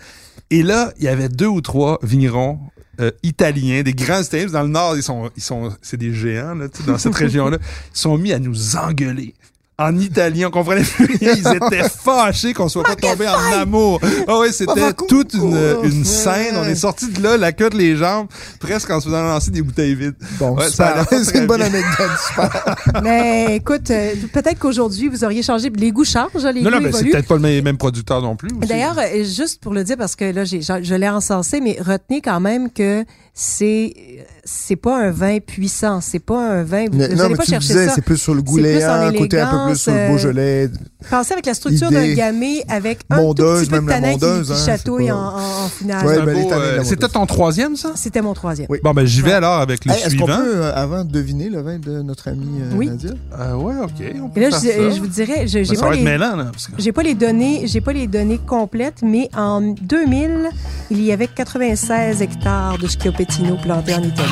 [SPEAKER 2] Et là, il y avait deux ou trois vignerons euh, italiens, des grands Italiens. Dans le Nord, ils sont, ils sont, c'est des géants, là, tu sais, dans cette région-là. Ils sont mis à nous engueuler. En italien, on comprenait plus rien. Ils étaient fâchés qu'on soit pas tombé en amour. Ah oui, c'était
[SPEAKER 4] Babacoum.
[SPEAKER 2] toute une,
[SPEAKER 4] Oh,
[SPEAKER 2] une
[SPEAKER 4] ouais.
[SPEAKER 2] scène. On est sorti de là, la queue de les jambes, presque en se faisant lancer des bouteilles vides.
[SPEAKER 4] Bon,
[SPEAKER 2] Ouais, ça allait
[SPEAKER 4] super.
[SPEAKER 2] pas
[SPEAKER 4] c'est
[SPEAKER 2] très
[SPEAKER 4] une bonne
[SPEAKER 2] bien.
[SPEAKER 4] anecdote. Super.
[SPEAKER 3] Mais écoute, euh, peut-être qu'aujourd'hui, vous auriez changé. Les goûts changent, hein, les
[SPEAKER 2] Non,
[SPEAKER 3] goûts
[SPEAKER 4] ben,
[SPEAKER 2] non, mais c'est
[SPEAKER 3] évoluent.
[SPEAKER 2] peut-être pas le même, même producteur non plus. aussi.
[SPEAKER 3] D'ailleurs, euh, juste pour le dire, parce que là, j'ai- je, je l'ai encensé, mais retenez quand même que c'est c'est pas un vin puissant, c'est pas un vin. Vous
[SPEAKER 4] Mais- non,
[SPEAKER 3] n'allez
[SPEAKER 4] mais
[SPEAKER 3] pas
[SPEAKER 4] tu le
[SPEAKER 3] chercher
[SPEAKER 4] disais,
[SPEAKER 3] ça.
[SPEAKER 4] c'est plus sur le
[SPEAKER 3] plus en
[SPEAKER 2] hein,
[SPEAKER 4] gouléen, côté un peu plus
[SPEAKER 3] élégance,
[SPEAKER 4] sur le
[SPEAKER 3] euh,
[SPEAKER 4] Beaujolais.
[SPEAKER 3] Pensez avec la structure d'un
[SPEAKER 4] Idée.
[SPEAKER 3] gamay avec un
[SPEAKER 4] Mondeuse,
[SPEAKER 3] tout petit peu
[SPEAKER 4] même
[SPEAKER 3] de
[SPEAKER 4] la
[SPEAKER 3] tanin qui-
[SPEAKER 4] mondeuse,
[SPEAKER 3] qui,
[SPEAKER 4] hein,
[SPEAKER 3] chatouille
[SPEAKER 4] c'est pas-
[SPEAKER 3] en, en- en finale.
[SPEAKER 4] Ouais,
[SPEAKER 2] C'est un
[SPEAKER 4] ben, les
[SPEAKER 2] beau,
[SPEAKER 4] tanins de la
[SPEAKER 2] euh,
[SPEAKER 4] montagne.
[SPEAKER 2] C'était ton troisième, ça?
[SPEAKER 3] C'était mon troisième.
[SPEAKER 4] Oui.
[SPEAKER 2] Bon, ben, j'y vais alors avec le
[SPEAKER 4] Hey, Est-ce qu'on
[SPEAKER 2] suivant.
[SPEAKER 4] peut, euh, avant de deviner le vin de notre ami euh,
[SPEAKER 3] Oui.
[SPEAKER 4] Nadia?
[SPEAKER 2] Euh, ouais, OK. On peut
[SPEAKER 3] Et là,
[SPEAKER 2] faire
[SPEAKER 3] je,
[SPEAKER 2] ça.
[SPEAKER 3] je vous dirais, je-
[SPEAKER 2] Ben,
[SPEAKER 3] j'ai
[SPEAKER 2] ça
[SPEAKER 3] pas
[SPEAKER 2] va être
[SPEAKER 3] les-
[SPEAKER 2] mêlant, là. parce que-
[SPEAKER 3] J'ai pas les données, j'ai pas les données complètes, mais en 2000, il y avait 96 hectares de schioppettino plantés en Italie.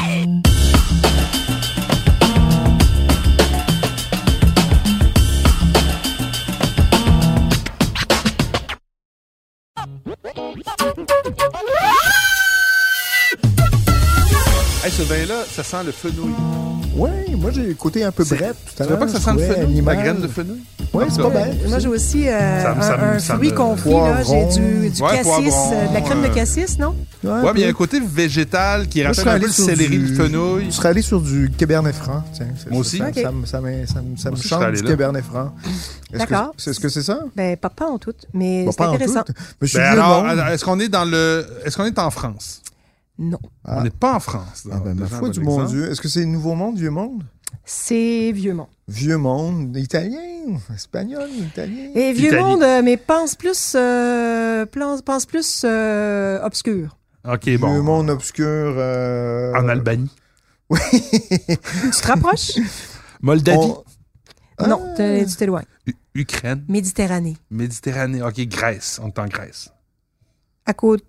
[SPEAKER 2] Hey, ce vin-là, ça sent le fenouil.
[SPEAKER 4] Ouais, moi j'ai le côté un peu
[SPEAKER 2] C'est-
[SPEAKER 4] brette tout à
[SPEAKER 2] Tu veux
[SPEAKER 4] l'heure.
[SPEAKER 2] pas que ça sente le
[SPEAKER 4] Ouais,
[SPEAKER 2] fenouil?
[SPEAKER 4] animal.
[SPEAKER 2] La graine de fenouil?
[SPEAKER 4] Ouais, c'est pas
[SPEAKER 2] Ouais,
[SPEAKER 4] bête.
[SPEAKER 3] Moi, j'ai aussi euh,
[SPEAKER 2] Ça me-
[SPEAKER 3] un,
[SPEAKER 2] ça me-
[SPEAKER 3] un
[SPEAKER 2] ça
[SPEAKER 3] fruit
[SPEAKER 2] me-
[SPEAKER 3] confit. là. J'ai
[SPEAKER 4] Poivron.
[SPEAKER 3] du, du
[SPEAKER 2] Ouais,
[SPEAKER 3] cassis,
[SPEAKER 2] poivron,
[SPEAKER 3] euh, de la crème de
[SPEAKER 2] euh,
[SPEAKER 3] cassis, non?
[SPEAKER 2] Ouais, mais il y a un côté végétal qui
[SPEAKER 4] Moi, je
[SPEAKER 2] rappelle
[SPEAKER 4] serais
[SPEAKER 2] un peu
[SPEAKER 4] allé
[SPEAKER 2] le
[SPEAKER 4] sur
[SPEAKER 2] céleri,
[SPEAKER 4] du-
[SPEAKER 2] le fenouil.
[SPEAKER 4] Je serais allé sur du Cabernet Franc. Tiens, C'est-
[SPEAKER 2] Moi aussi.
[SPEAKER 4] Ça,
[SPEAKER 3] Ok.
[SPEAKER 4] ça, me- ça me- ça me- ça me
[SPEAKER 2] Moi aussi, je serais
[SPEAKER 4] chante
[SPEAKER 2] allé
[SPEAKER 4] du
[SPEAKER 2] là.
[SPEAKER 4] Cabernet Franc. Est-ce que-
[SPEAKER 3] D'accord.
[SPEAKER 4] C'est ce que c'est ça?
[SPEAKER 3] Ben, pas, pas en tout, mais
[SPEAKER 4] Bon,
[SPEAKER 3] c'est
[SPEAKER 4] pas en
[SPEAKER 3] intéressant.
[SPEAKER 4] tout. Mais je suis
[SPEAKER 2] Ben
[SPEAKER 4] vieux,
[SPEAKER 2] alors,
[SPEAKER 4] non?
[SPEAKER 2] est-ce qu'on est dans le. Est-ce qu'on est en France?
[SPEAKER 3] Non.
[SPEAKER 4] Ah.
[SPEAKER 2] On n'est pas en France.
[SPEAKER 4] Ah ben, ma
[SPEAKER 2] Déjà un
[SPEAKER 4] foi
[SPEAKER 2] bon
[SPEAKER 4] du bon
[SPEAKER 2] exemple.
[SPEAKER 4] Dieu. Est-ce que c'est Nouveau Monde, Vieux Monde?
[SPEAKER 3] C'est vieux monde.
[SPEAKER 4] Vieux Monde, Italien, Espagnol, Italien.
[SPEAKER 3] Et vieux
[SPEAKER 2] Italie.
[SPEAKER 3] monde, euh, mais pense plus, euh, plan- pense plus euh, obscur.
[SPEAKER 2] OK,
[SPEAKER 4] Vieux
[SPEAKER 2] bon.
[SPEAKER 4] Monde obscur. euh,
[SPEAKER 2] En Albanie.
[SPEAKER 3] Tu te rapproches?
[SPEAKER 2] Moldavie.
[SPEAKER 4] on- Ah.
[SPEAKER 3] Non, t'es- tu t'éloignes.
[SPEAKER 2] U- Ukraine.
[SPEAKER 3] Méditerranée.
[SPEAKER 2] Méditerranée. OK, Grèce. On est en Grèce.
[SPEAKER 4] Ah,
[SPEAKER 3] À côté.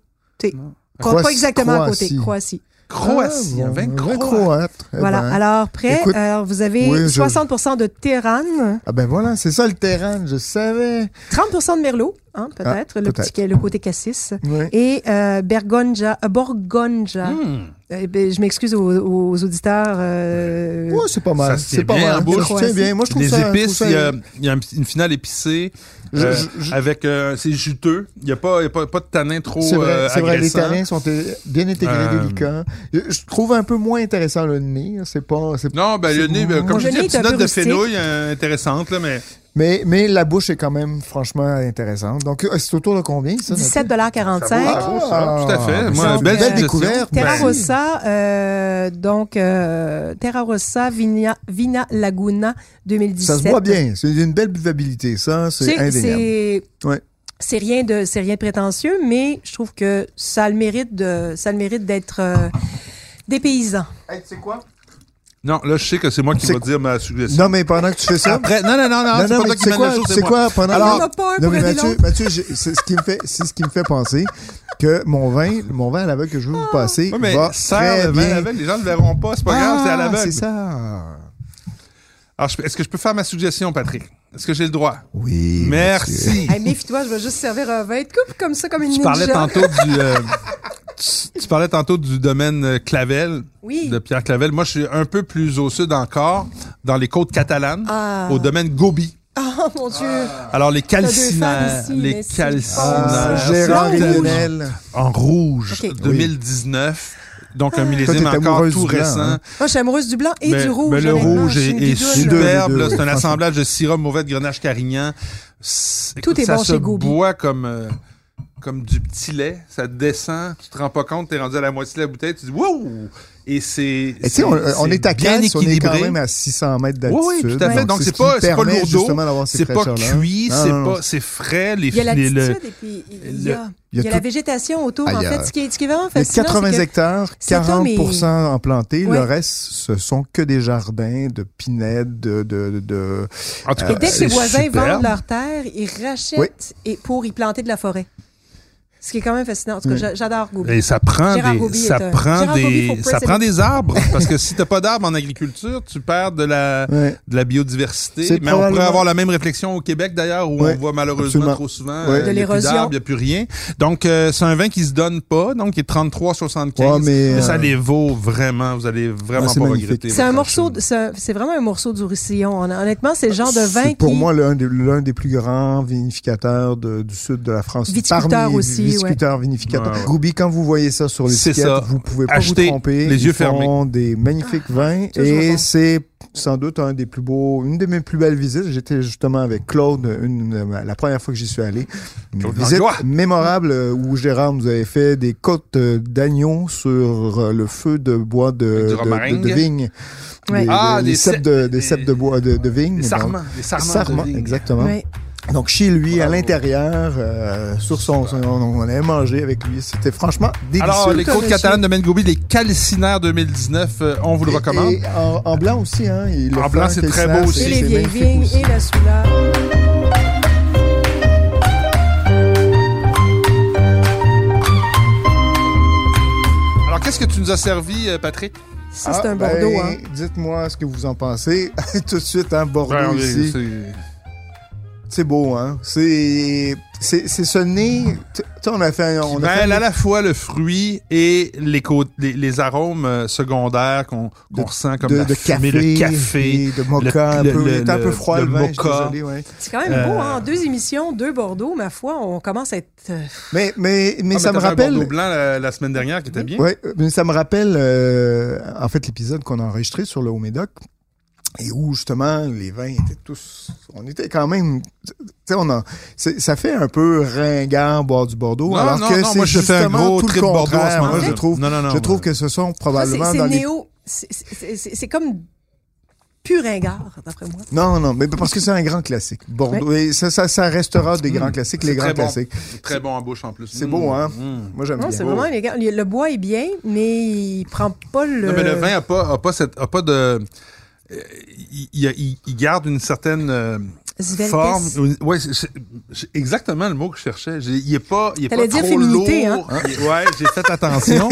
[SPEAKER 2] Non.
[SPEAKER 3] Pas
[SPEAKER 4] Croatie,
[SPEAKER 3] exactement à côté.
[SPEAKER 4] Croatie.
[SPEAKER 3] Croatie.
[SPEAKER 2] Croatie.
[SPEAKER 4] Ah,
[SPEAKER 2] un
[SPEAKER 4] bon,
[SPEAKER 2] vin
[SPEAKER 4] un
[SPEAKER 2] croate.
[SPEAKER 4] croate. Eh
[SPEAKER 3] voilà.
[SPEAKER 4] ben.
[SPEAKER 3] Alors, prêt?
[SPEAKER 4] Écoute,
[SPEAKER 3] Alors, vous avez
[SPEAKER 4] oui, je-
[SPEAKER 3] 60 de Terran,
[SPEAKER 4] Ah ben voilà, c'est ça le terrain, je savais.
[SPEAKER 3] 30 de Merlot, hein, peut-être, le,
[SPEAKER 4] Ah, peut-être.
[SPEAKER 3] petit- le côté cassis.
[SPEAKER 4] Ouais.
[SPEAKER 3] Et euh, Bergonja, euh, Borgonja.
[SPEAKER 2] Hmm.
[SPEAKER 3] Euh, ben, je m'excuse aux, aux auditeurs. euh,
[SPEAKER 4] Ouais, c'est pas mal.
[SPEAKER 2] Ça se tient
[SPEAKER 4] C'est pas
[SPEAKER 2] bien en
[SPEAKER 4] mal.
[SPEAKER 2] bouche.
[SPEAKER 4] Ça se tient bien. Moi, je trouve
[SPEAKER 2] Les
[SPEAKER 4] ça. je trouve
[SPEAKER 2] épices,
[SPEAKER 4] ça-
[SPEAKER 2] il y a, il y a un petit- une finale épicée.
[SPEAKER 4] Je-
[SPEAKER 2] euh,
[SPEAKER 4] je- je-
[SPEAKER 2] Avec. euh, c'est juteux. Il n'y a, pas, il y a pas, pas de tanin trop
[SPEAKER 4] C'est vrai,
[SPEAKER 2] euh,
[SPEAKER 4] c'est vrai, les
[SPEAKER 2] agressant.
[SPEAKER 4] terrains sont euh, bien intégrés,
[SPEAKER 2] Euh,
[SPEAKER 4] délicats. Je, je trouve un peu moins intéressant le nez. hein, C'est pas, c'est-
[SPEAKER 2] Non, ben le
[SPEAKER 4] C'est
[SPEAKER 2] nez,
[SPEAKER 4] bon.
[SPEAKER 2] ben, comme
[SPEAKER 4] Moi,
[SPEAKER 2] je
[SPEAKER 3] le
[SPEAKER 2] dis,
[SPEAKER 3] nez
[SPEAKER 2] une
[SPEAKER 3] est
[SPEAKER 2] petite
[SPEAKER 3] un peu
[SPEAKER 2] note de
[SPEAKER 3] rustique.
[SPEAKER 2] fenouil euh, intéressante, là, mais
[SPEAKER 4] mais, mais la bouche est quand même franchement intéressante. Donc, euh, c'est autour de combien, ça? notre-
[SPEAKER 3] 17,45
[SPEAKER 2] Ah, ça, tout à fait. Moi,
[SPEAKER 4] c'est une
[SPEAKER 2] belle
[SPEAKER 4] belle,
[SPEAKER 2] suggestion.
[SPEAKER 4] découverte.
[SPEAKER 3] Terra
[SPEAKER 2] Ben-
[SPEAKER 3] Rossa, euh, donc euh, Terra Rossa Vina, Vina Laguna 2017.
[SPEAKER 4] Ça se voit bien. C'est une belle buvabilité, ça. C'est
[SPEAKER 3] C'est-
[SPEAKER 4] indéniable.
[SPEAKER 3] C'est
[SPEAKER 4] Ouais.
[SPEAKER 3] c'est rien de c'est rien de prétentieux, mais je trouve que ça a le mérite de ça a le mérite d'être euh, des paysans.
[SPEAKER 4] c'est quoi?
[SPEAKER 2] Non, là, je sais que c'est moi qui
[SPEAKER 4] C'est
[SPEAKER 2] vais dire ma suggestion.
[SPEAKER 4] Non, mais pendant que tu fais ça.
[SPEAKER 2] Après, non, non, non, non,
[SPEAKER 4] Non,
[SPEAKER 2] c'est
[SPEAKER 4] non,
[SPEAKER 2] pas toi
[SPEAKER 4] mais tu
[SPEAKER 2] qui
[SPEAKER 4] sais
[SPEAKER 2] mène la
[SPEAKER 4] quoi?
[SPEAKER 2] chose,
[SPEAKER 4] Tu
[SPEAKER 2] c'est
[SPEAKER 4] sais
[SPEAKER 2] moi.
[SPEAKER 4] quoi? Pendant
[SPEAKER 2] Alors-
[SPEAKER 3] Il y en a pas un
[SPEAKER 4] Non,
[SPEAKER 3] pour
[SPEAKER 4] mais
[SPEAKER 3] aider
[SPEAKER 4] Mathieu,
[SPEAKER 3] l'autre.
[SPEAKER 4] Mathieu, j'ai- c'est ce qui me fait, c'est ce qui me fait penser que mon vin, mon vin à l'aveugle que je veux vous
[SPEAKER 2] Ah.
[SPEAKER 4] passer
[SPEAKER 2] Oui, mais
[SPEAKER 4] va très
[SPEAKER 2] serre le vin
[SPEAKER 4] bien.
[SPEAKER 2] à l'aveugle, les gens ne le verront pas, c'est pas grave, c'est à
[SPEAKER 4] Ah,
[SPEAKER 2] l'aveugle.
[SPEAKER 4] C'est ça.
[SPEAKER 2] Alors, je peux- est-ce que je peux faire ma suggestion, Patrick? Est-ce que j'ai le droit?
[SPEAKER 4] Oui. Mathieu.
[SPEAKER 2] Merci.
[SPEAKER 3] Hey, Méfie-toi, je vais juste servir un vin de coupe comme ça, comme une
[SPEAKER 2] Tu parlais
[SPEAKER 3] ninja.
[SPEAKER 2] tantôt du... euh, tu- Tu parlais tantôt du domaine euh, Clavel,
[SPEAKER 3] Oui.
[SPEAKER 2] de Pierre Clavel. Moi, je suis un peu plus au sud encore, dans les côtes catalanes,
[SPEAKER 3] Ah.
[SPEAKER 2] au domaine Gobi.
[SPEAKER 3] Oh mon Dieu.
[SPEAKER 2] Alors, les
[SPEAKER 3] deux
[SPEAKER 2] calcinaires,
[SPEAKER 3] femmes ici,
[SPEAKER 2] les
[SPEAKER 3] mais c'est pas-
[SPEAKER 2] calcinaires.
[SPEAKER 4] Ah,
[SPEAKER 3] Merci.
[SPEAKER 4] Gérard
[SPEAKER 3] Blanc ou
[SPEAKER 4] Rivionnel.
[SPEAKER 2] en rouge
[SPEAKER 3] Ok. Ah.
[SPEAKER 2] 2019. Donc, un
[SPEAKER 4] Toi,
[SPEAKER 2] millésime
[SPEAKER 4] t'es
[SPEAKER 2] encore
[SPEAKER 4] amoureuse
[SPEAKER 2] tout
[SPEAKER 4] du blanc,
[SPEAKER 2] récent.
[SPEAKER 4] hein?
[SPEAKER 3] Moi, je suis amoureuse du blanc et
[SPEAKER 2] mais,
[SPEAKER 3] du rouge.
[SPEAKER 2] mais le
[SPEAKER 3] honnêtement.
[SPEAKER 2] rouge
[SPEAKER 3] Je suis
[SPEAKER 2] est,
[SPEAKER 3] une
[SPEAKER 2] est
[SPEAKER 3] bidoune.
[SPEAKER 4] Les deux,
[SPEAKER 2] superbe.
[SPEAKER 4] les deux,
[SPEAKER 2] là. C'est un
[SPEAKER 4] franchement.
[SPEAKER 2] assemblage de syrah, mauvais de grenache carignan. C'est-
[SPEAKER 3] Tout est
[SPEAKER 2] ça
[SPEAKER 3] bon
[SPEAKER 2] se
[SPEAKER 3] chez Gobi.
[SPEAKER 2] boit comme, euh, comme du petit lait. Ça descend. Tu te rends pas compte. T'es rendu à la moitié de la bouteille. Tu dis wow! Et c'est.
[SPEAKER 4] Et tu sais, on, on est à
[SPEAKER 2] bien
[SPEAKER 4] Cannes, on est quand
[SPEAKER 2] équilibré.
[SPEAKER 4] même à 600 mètres
[SPEAKER 2] Oui,
[SPEAKER 4] d'altitude.
[SPEAKER 2] oui, tout à fait. Donc, c'est
[SPEAKER 4] ce
[SPEAKER 2] pas-
[SPEAKER 4] qui
[SPEAKER 2] c'est pas
[SPEAKER 4] permet
[SPEAKER 2] lourdeau,
[SPEAKER 4] justement d'avoir ces
[SPEAKER 2] C'est pas
[SPEAKER 4] fraîcheurs-là.
[SPEAKER 2] cuit,
[SPEAKER 4] Non,
[SPEAKER 2] c'est
[SPEAKER 4] non, non.
[SPEAKER 2] pas, c'est frais. Les,
[SPEAKER 3] Il y a
[SPEAKER 2] les-
[SPEAKER 3] l'altitude
[SPEAKER 2] le-
[SPEAKER 3] et puis il y a,
[SPEAKER 4] il y a
[SPEAKER 3] il y a la
[SPEAKER 4] tout-
[SPEAKER 3] végétation autour.
[SPEAKER 4] Ah,
[SPEAKER 3] en
[SPEAKER 4] il y a-
[SPEAKER 3] fait, ce qui est, ce qui est vraiment
[SPEAKER 4] Il y a
[SPEAKER 3] fascinant,
[SPEAKER 4] 80
[SPEAKER 3] c'est que
[SPEAKER 4] hectares,
[SPEAKER 3] cet homme est-
[SPEAKER 4] 40 en planté,
[SPEAKER 3] Ouais.
[SPEAKER 4] le reste, ce sont que des jardins de pinèdes, de, de, de-
[SPEAKER 2] En tout
[SPEAKER 3] Et dès que
[SPEAKER 2] c'est
[SPEAKER 3] les voisins
[SPEAKER 2] superbe.
[SPEAKER 3] vendent leurs terres, ils rachètent
[SPEAKER 4] Oui.
[SPEAKER 3] et pour y planter de la forêt. Ce qui est quand même fascinant. En tout cas,
[SPEAKER 4] Oui.
[SPEAKER 3] j'a- j'adore Gobi.
[SPEAKER 2] Et ça prend
[SPEAKER 3] Gérard
[SPEAKER 2] des,
[SPEAKER 3] Gobi
[SPEAKER 2] ça
[SPEAKER 3] est un-
[SPEAKER 2] prend
[SPEAKER 3] Gérard Gobi for
[SPEAKER 2] des, ça
[SPEAKER 3] president.
[SPEAKER 2] prend des arbres parce que si t'as pas d'arbres en agriculture, tu perds de la,
[SPEAKER 4] Ouais.
[SPEAKER 2] de la biodiversité.
[SPEAKER 4] C'est
[SPEAKER 2] Mais on pourrait
[SPEAKER 4] probablement-
[SPEAKER 2] avoir la même réflexion au Québec d'ailleurs où
[SPEAKER 4] Ouais,
[SPEAKER 2] on voit malheureusement
[SPEAKER 4] absolument.
[SPEAKER 2] trop souvent euh,
[SPEAKER 4] Ouais. De
[SPEAKER 2] il y a plus
[SPEAKER 3] l'érosion.
[SPEAKER 2] d'arbres, il n'y a plus rien. Donc euh, c'est un vin qui se donne pas, donc qui est 33,75.
[SPEAKER 4] Ouais, mais,
[SPEAKER 2] ça
[SPEAKER 4] euh,
[SPEAKER 2] les vaut vraiment. Vous allez vraiment
[SPEAKER 4] Ouais,
[SPEAKER 2] pas
[SPEAKER 4] c'est magnifique.
[SPEAKER 2] regretter.
[SPEAKER 3] C'est un
[SPEAKER 2] votre
[SPEAKER 3] morceau,
[SPEAKER 2] achat.
[SPEAKER 3] de- c'est un- c'est vraiment un morceau du Roussillon. Hon- Honnêtement, c'est le genre de vin
[SPEAKER 4] C'est
[SPEAKER 3] qui.
[SPEAKER 4] pour moi l'un des, l'un des plus grands vinificateurs de- du sud de la France.
[SPEAKER 3] Viticulteur
[SPEAKER 4] Parmi les
[SPEAKER 3] aussi, ouais.
[SPEAKER 4] Viticulteurs, vinificateurs.
[SPEAKER 2] Ouais, ouais.
[SPEAKER 4] Goubi, quand vous voyez ça sur
[SPEAKER 2] C'est
[SPEAKER 4] l'étiquette,
[SPEAKER 2] ça.
[SPEAKER 4] vous pouvez pas
[SPEAKER 2] Achetez
[SPEAKER 4] vous tromper.
[SPEAKER 2] les
[SPEAKER 4] Ils
[SPEAKER 2] yeux
[SPEAKER 4] font des magnifiques vins
[SPEAKER 3] Ah, toujours
[SPEAKER 4] et
[SPEAKER 3] bon.
[SPEAKER 4] c'est sans doute un des plus beaux, une de mes plus belles visites. J'étais justement avec Claude une, une- la première fois que j'y suis allé. Une
[SPEAKER 2] Claude
[SPEAKER 4] visite
[SPEAKER 2] Langlois.
[SPEAKER 4] mémorable euh, où Gérard nous avait fait des côtes euh, d'agneau sur euh, le feu de bois
[SPEAKER 2] Avec du
[SPEAKER 4] de, de, de,
[SPEAKER 2] romaringue.
[SPEAKER 4] de vigne.
[SPEAKER 3] Ouais.
[SPEAKER 4] Des-
[SPEAKER 2] Ah,
[SPEAKER 4] des-
[SPEAKER 2] des
[SPEAKER 4] des cèpes de, des
[SPEAKER 2] cèpes-
[SPEAKER 4] cèpes de bois de, de vigne.
[SPEAKER 2] Les
[SPEAKER 4] Donc,
[SPEAKER 2] sarments, les sarments, de
[SPEAKER 4] Sarment,
[SPEAKER 2] vigne.
[SPEAKER 4] exactement.
[SPEAKER 3] Ouais.
[SPEAKER 4] Donc chez lui,
[SPEAKER 2] Bravo.
[SPEAKER 4] à l'intérieur, euh, sur son, son- on, on avait mangé avec lui. C'était franchement délicieux.
[SPEAKER 2] Alors les côtes
[SPEAKER 3] monsieur.
[SPEAKER 2] catalanes de Mengobi, les calcinaires 2019, euh, on vous le
[SPEAKER 4] Et-
[SPEAKER 2] recommande.
[SPEAKER 4] et en, en blanc aussi, hein. et le
[SPEAKER 2] En
[SPEAKER 4] flanc
[SPEAKER 2] blanc, c'est très
[SPEAKER 4] Kessler,
[SPEAKER 2] beau
[SPEAKER 4] c'est-
[SPEAKER 2] aussi.
[SPEAKER 3] Et les
[SPEAKER 4] c'est
[SPEAKER 3] vieilles
[SPEAKER 4] magnifique
[SPEAKER 3] vignes
[SPEAKER 4] aussi.
[SPEAKER 3] et la soula.
[SPEAKER 2] Alors qu'est-ce que tu nous as servi, euh, Patrick?
[SPEAKER 3] Ça,
[SPEAKER 4] Ah,
[SPEAKER 3] c'est un
[SPEAKER 4] ben,
[SPEAKER 3] Bordeaux. hein.
[SPEAKER 4] Dites-moi ce que vous en pensez tout de suite, hein, Bordeaux
[SPEAKER 2] Ben, on est-
[SPEAKER 4] ici.
[SPEAKER 2] c'est-
[SPEAKER 4] C'est beau, hein? C'est c'est- c'est ce nez... Tu sais, on a
[SPEAKER 2] Qui
[SPEAKER 4] fait... On a fait
[SPEAKER 2] mêle à la fois le fruit et les, cô- les, les arômes euh, secondaires qu'on qu'on
[SPEAKER 4] De-
[SPEAKER 2] ressent comme
[SPEAKER 4] de,
[SPEAKER 2] la
[SPEAKER 4] de
[SPEAKER 2] fumée,
[SPEAKER 4] café,
[SPEAKER 2] le café. Ah,
[SPEAKER 4] et de mocha,
[SPEAKER 2] le-
[SPEAKER 4] un peu,
[SPEAKER 2] le-
[SPEAKER 4] il était un peu
[SPEAKER 2] le-
[SPEAKER 4] froid le,
[SPEAKER 2] le
[SPEAKER 4] vin, je suis
[SPEAKER 2] mocha.
[SPEAKER 4] désolé, ouais.
[SPEAKER 3] C'est quand même beau,
[SPEAKER 2] Euh,
[SPEAKER 3] hein? Deux émissions, deux Bordeaux, ma foi, on commence à être. euh,
[SPEAKER 4] Mais, mais, mais
[SPEAKER 2] Ah,
[SPEAKER 4] ça me
[SPEAKER 2] t'avais un
[SPEAKER 4] rappelle...
[SPEAKER 2] Bordeaux blanc la, la semaine dernière qui était bien.
[SPEAKER 4] Ouais, mais ça me rappelle euh, en fait l'épisode qu'on a enregistré sur le Haut Médoc et où justement les vins étaient tous on était quand même tu sais on en c'est- ça fait un peu ringard boire du Bordeaux
[SPEAKER 2] Non,
[SPEAKER 4] alors
[SPEAKER 2] non,
[SPEAKER 4] que
[SPEAKER 2] non,
[SPEAKER 4] c'est
[SPEAKER 2] moi je fais un
[SPEAKER 4] justement
[SPEAKER 2] gros
[SPEAKER 4] tout le
[SPEAKER 2] trip Bordeaux à ce
[SPEAKER 4] contraire
[SPEAKER 2] moment-là.
[SPEAKER 4] moi je trouve
[SPEAKER 2] Non, non, euh, non,
[SPEAKER 4] je trouve
[SPEAKER 2] moi,
[SPEAKER 4] que ce sont
[SPEAKER 3] ça, c'est-
[SPEAKER 4] probablement
[SPEAKER 3] c'est
[SPEAKER 4] dans les
[SPEAKER 3] néo. c'est- c'est- C'est c'est comme pur ringard, d'après moi.
[SPEAKER 4] non, non, mais parce que c'est un grand classique. Bordeaux, et ça, ça, ça restera des grands classiques,
[SPEAKER 2] Mm. c'est
[SPEAKER 4] les
[SPEAKER 2] très
[SPEAKER 4] grands
[SPEAKER 2] bon.
[SPEAKER 4] classiques.
[SPEAKER 2] c'est Très bon en bouche en plus.
[SPEAKER 4] C'est
[SPEAKER 2] Mm,
[SPEAKER 4] beau, hein?
[SPEAKER 2] mm.
[SPEAKER 4] Moi, j'aime
[SPEAKER 3] Non,
[SPEAKER 4] bien.
[SPEAKER 3] c'est vraiment élégant. Le le bois est bien, mais il prend pas le.
[SPEAKER 2] Non, mais
[SPEAKER 4] Euh.
[SPEAKER 2] le vin a pas, a pas, cette, a pas de. euh, Il, il- il- il garde une certaine euh,
[SPEAKER 3] Sveltesse.
[SPEAKER 2] forme. Une- Ouais, c'est- c'est- c'est exactement le mot que je cherchais. J'ai- Il est pas, il est pas
[SPEAKER 3] T'allais dire
[SPEAKER 2] trop
[SPEAKER 3] féminité, hein?
[SPEAKER 2] lourd. hein? Il- Ouais, j'ai fait attention.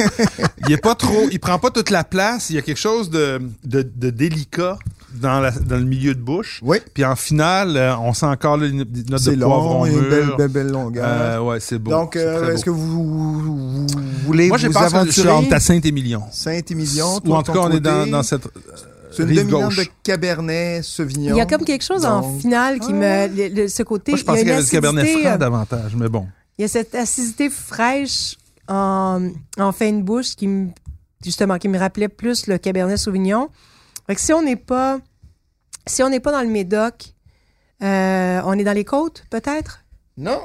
[SPEAKER 2] il est pas trop. Il prend pas toute la place. Il y a quelque chose de, de, de délicat dans, la- dans le milieu de bouche.
[SPEAKER 4] Oui,
[SPEAKER 2] Puis en finale, euh, on sent encore là, une une note
[SPEAKER 4] c'est
[SPEAKER 2] de poivron
[SPEAKER 4] long, il y a une
[SPEAKER 2] mûr.
[SPEAKER 4] belle, belle, belle longueur.
[SPEAKER 2] Euh, ouais, c'est beau.
[SPEAKER 4] Donc,
[SPEAKER 2] C'est
[SPEAKER 4] euh,
[SPEAKER 2] très
[SPEAKER 4] est-ce que
[SPEAKER 2] beau.
[SPEAKER 4] vous, vous- vous voulez
[SPEAKER 2] moi, j'ai
[SPEAKER 4] vous
[SPEAKER 2] pensé que je suis
[SPEAKER 4] aventurer
[SPEAKER 2] entre à Saint-Émilion.
[SPEAKER 4] Saint-Émilion,
[SPEAKER 2] Ou
[SPEAKER 4] toi,
[SPEAKER 2] en
[SPEAKER 4] de
[SPEAKER 2] tout
[SPEAKER 4] ton
[SPEAKER 2] cas, on est dans,
[SPEAKER 4] côté,
[SPEAKER 2] dans cette.
[SPEAKER 4] c'est une
[SPEAKER 2] rive
[SPEAKER 4] demi-lampe de
[SPEAKER 2] gauche.
[SPEAKER 4] Cabernet Sauvignon.
[SPEAKER 3] Il y a comme quelque chose en
[SPEAKER 4] Donc-
[SPEAKER 3] finale qui me. le- le- ce côté.
[SPEAKER 2] Ah. Moi, je
[SPEAKER 3] il y
[SPEAKER 2] pensais
[SPEAKER 3] a une
[SPEAKER 2] qu'il y avait du cabernet
[SPEAKER 3] acidité,
[SPEAKER 2] franc
[SPEAKER 3] euh,
[SPEAKER 2] davantage, mais bon.
[SPEAKER 3] Il y a cette acidité fraîche en, en fin de bouche qui me, justement, qui me rappelait plus le Cabernet Sauvignon. Fait que si on n'est pas, si on n'est pas dans le Médoc, euh, on est dans les côtes, peut-être?
[SPEAKER 4] Non,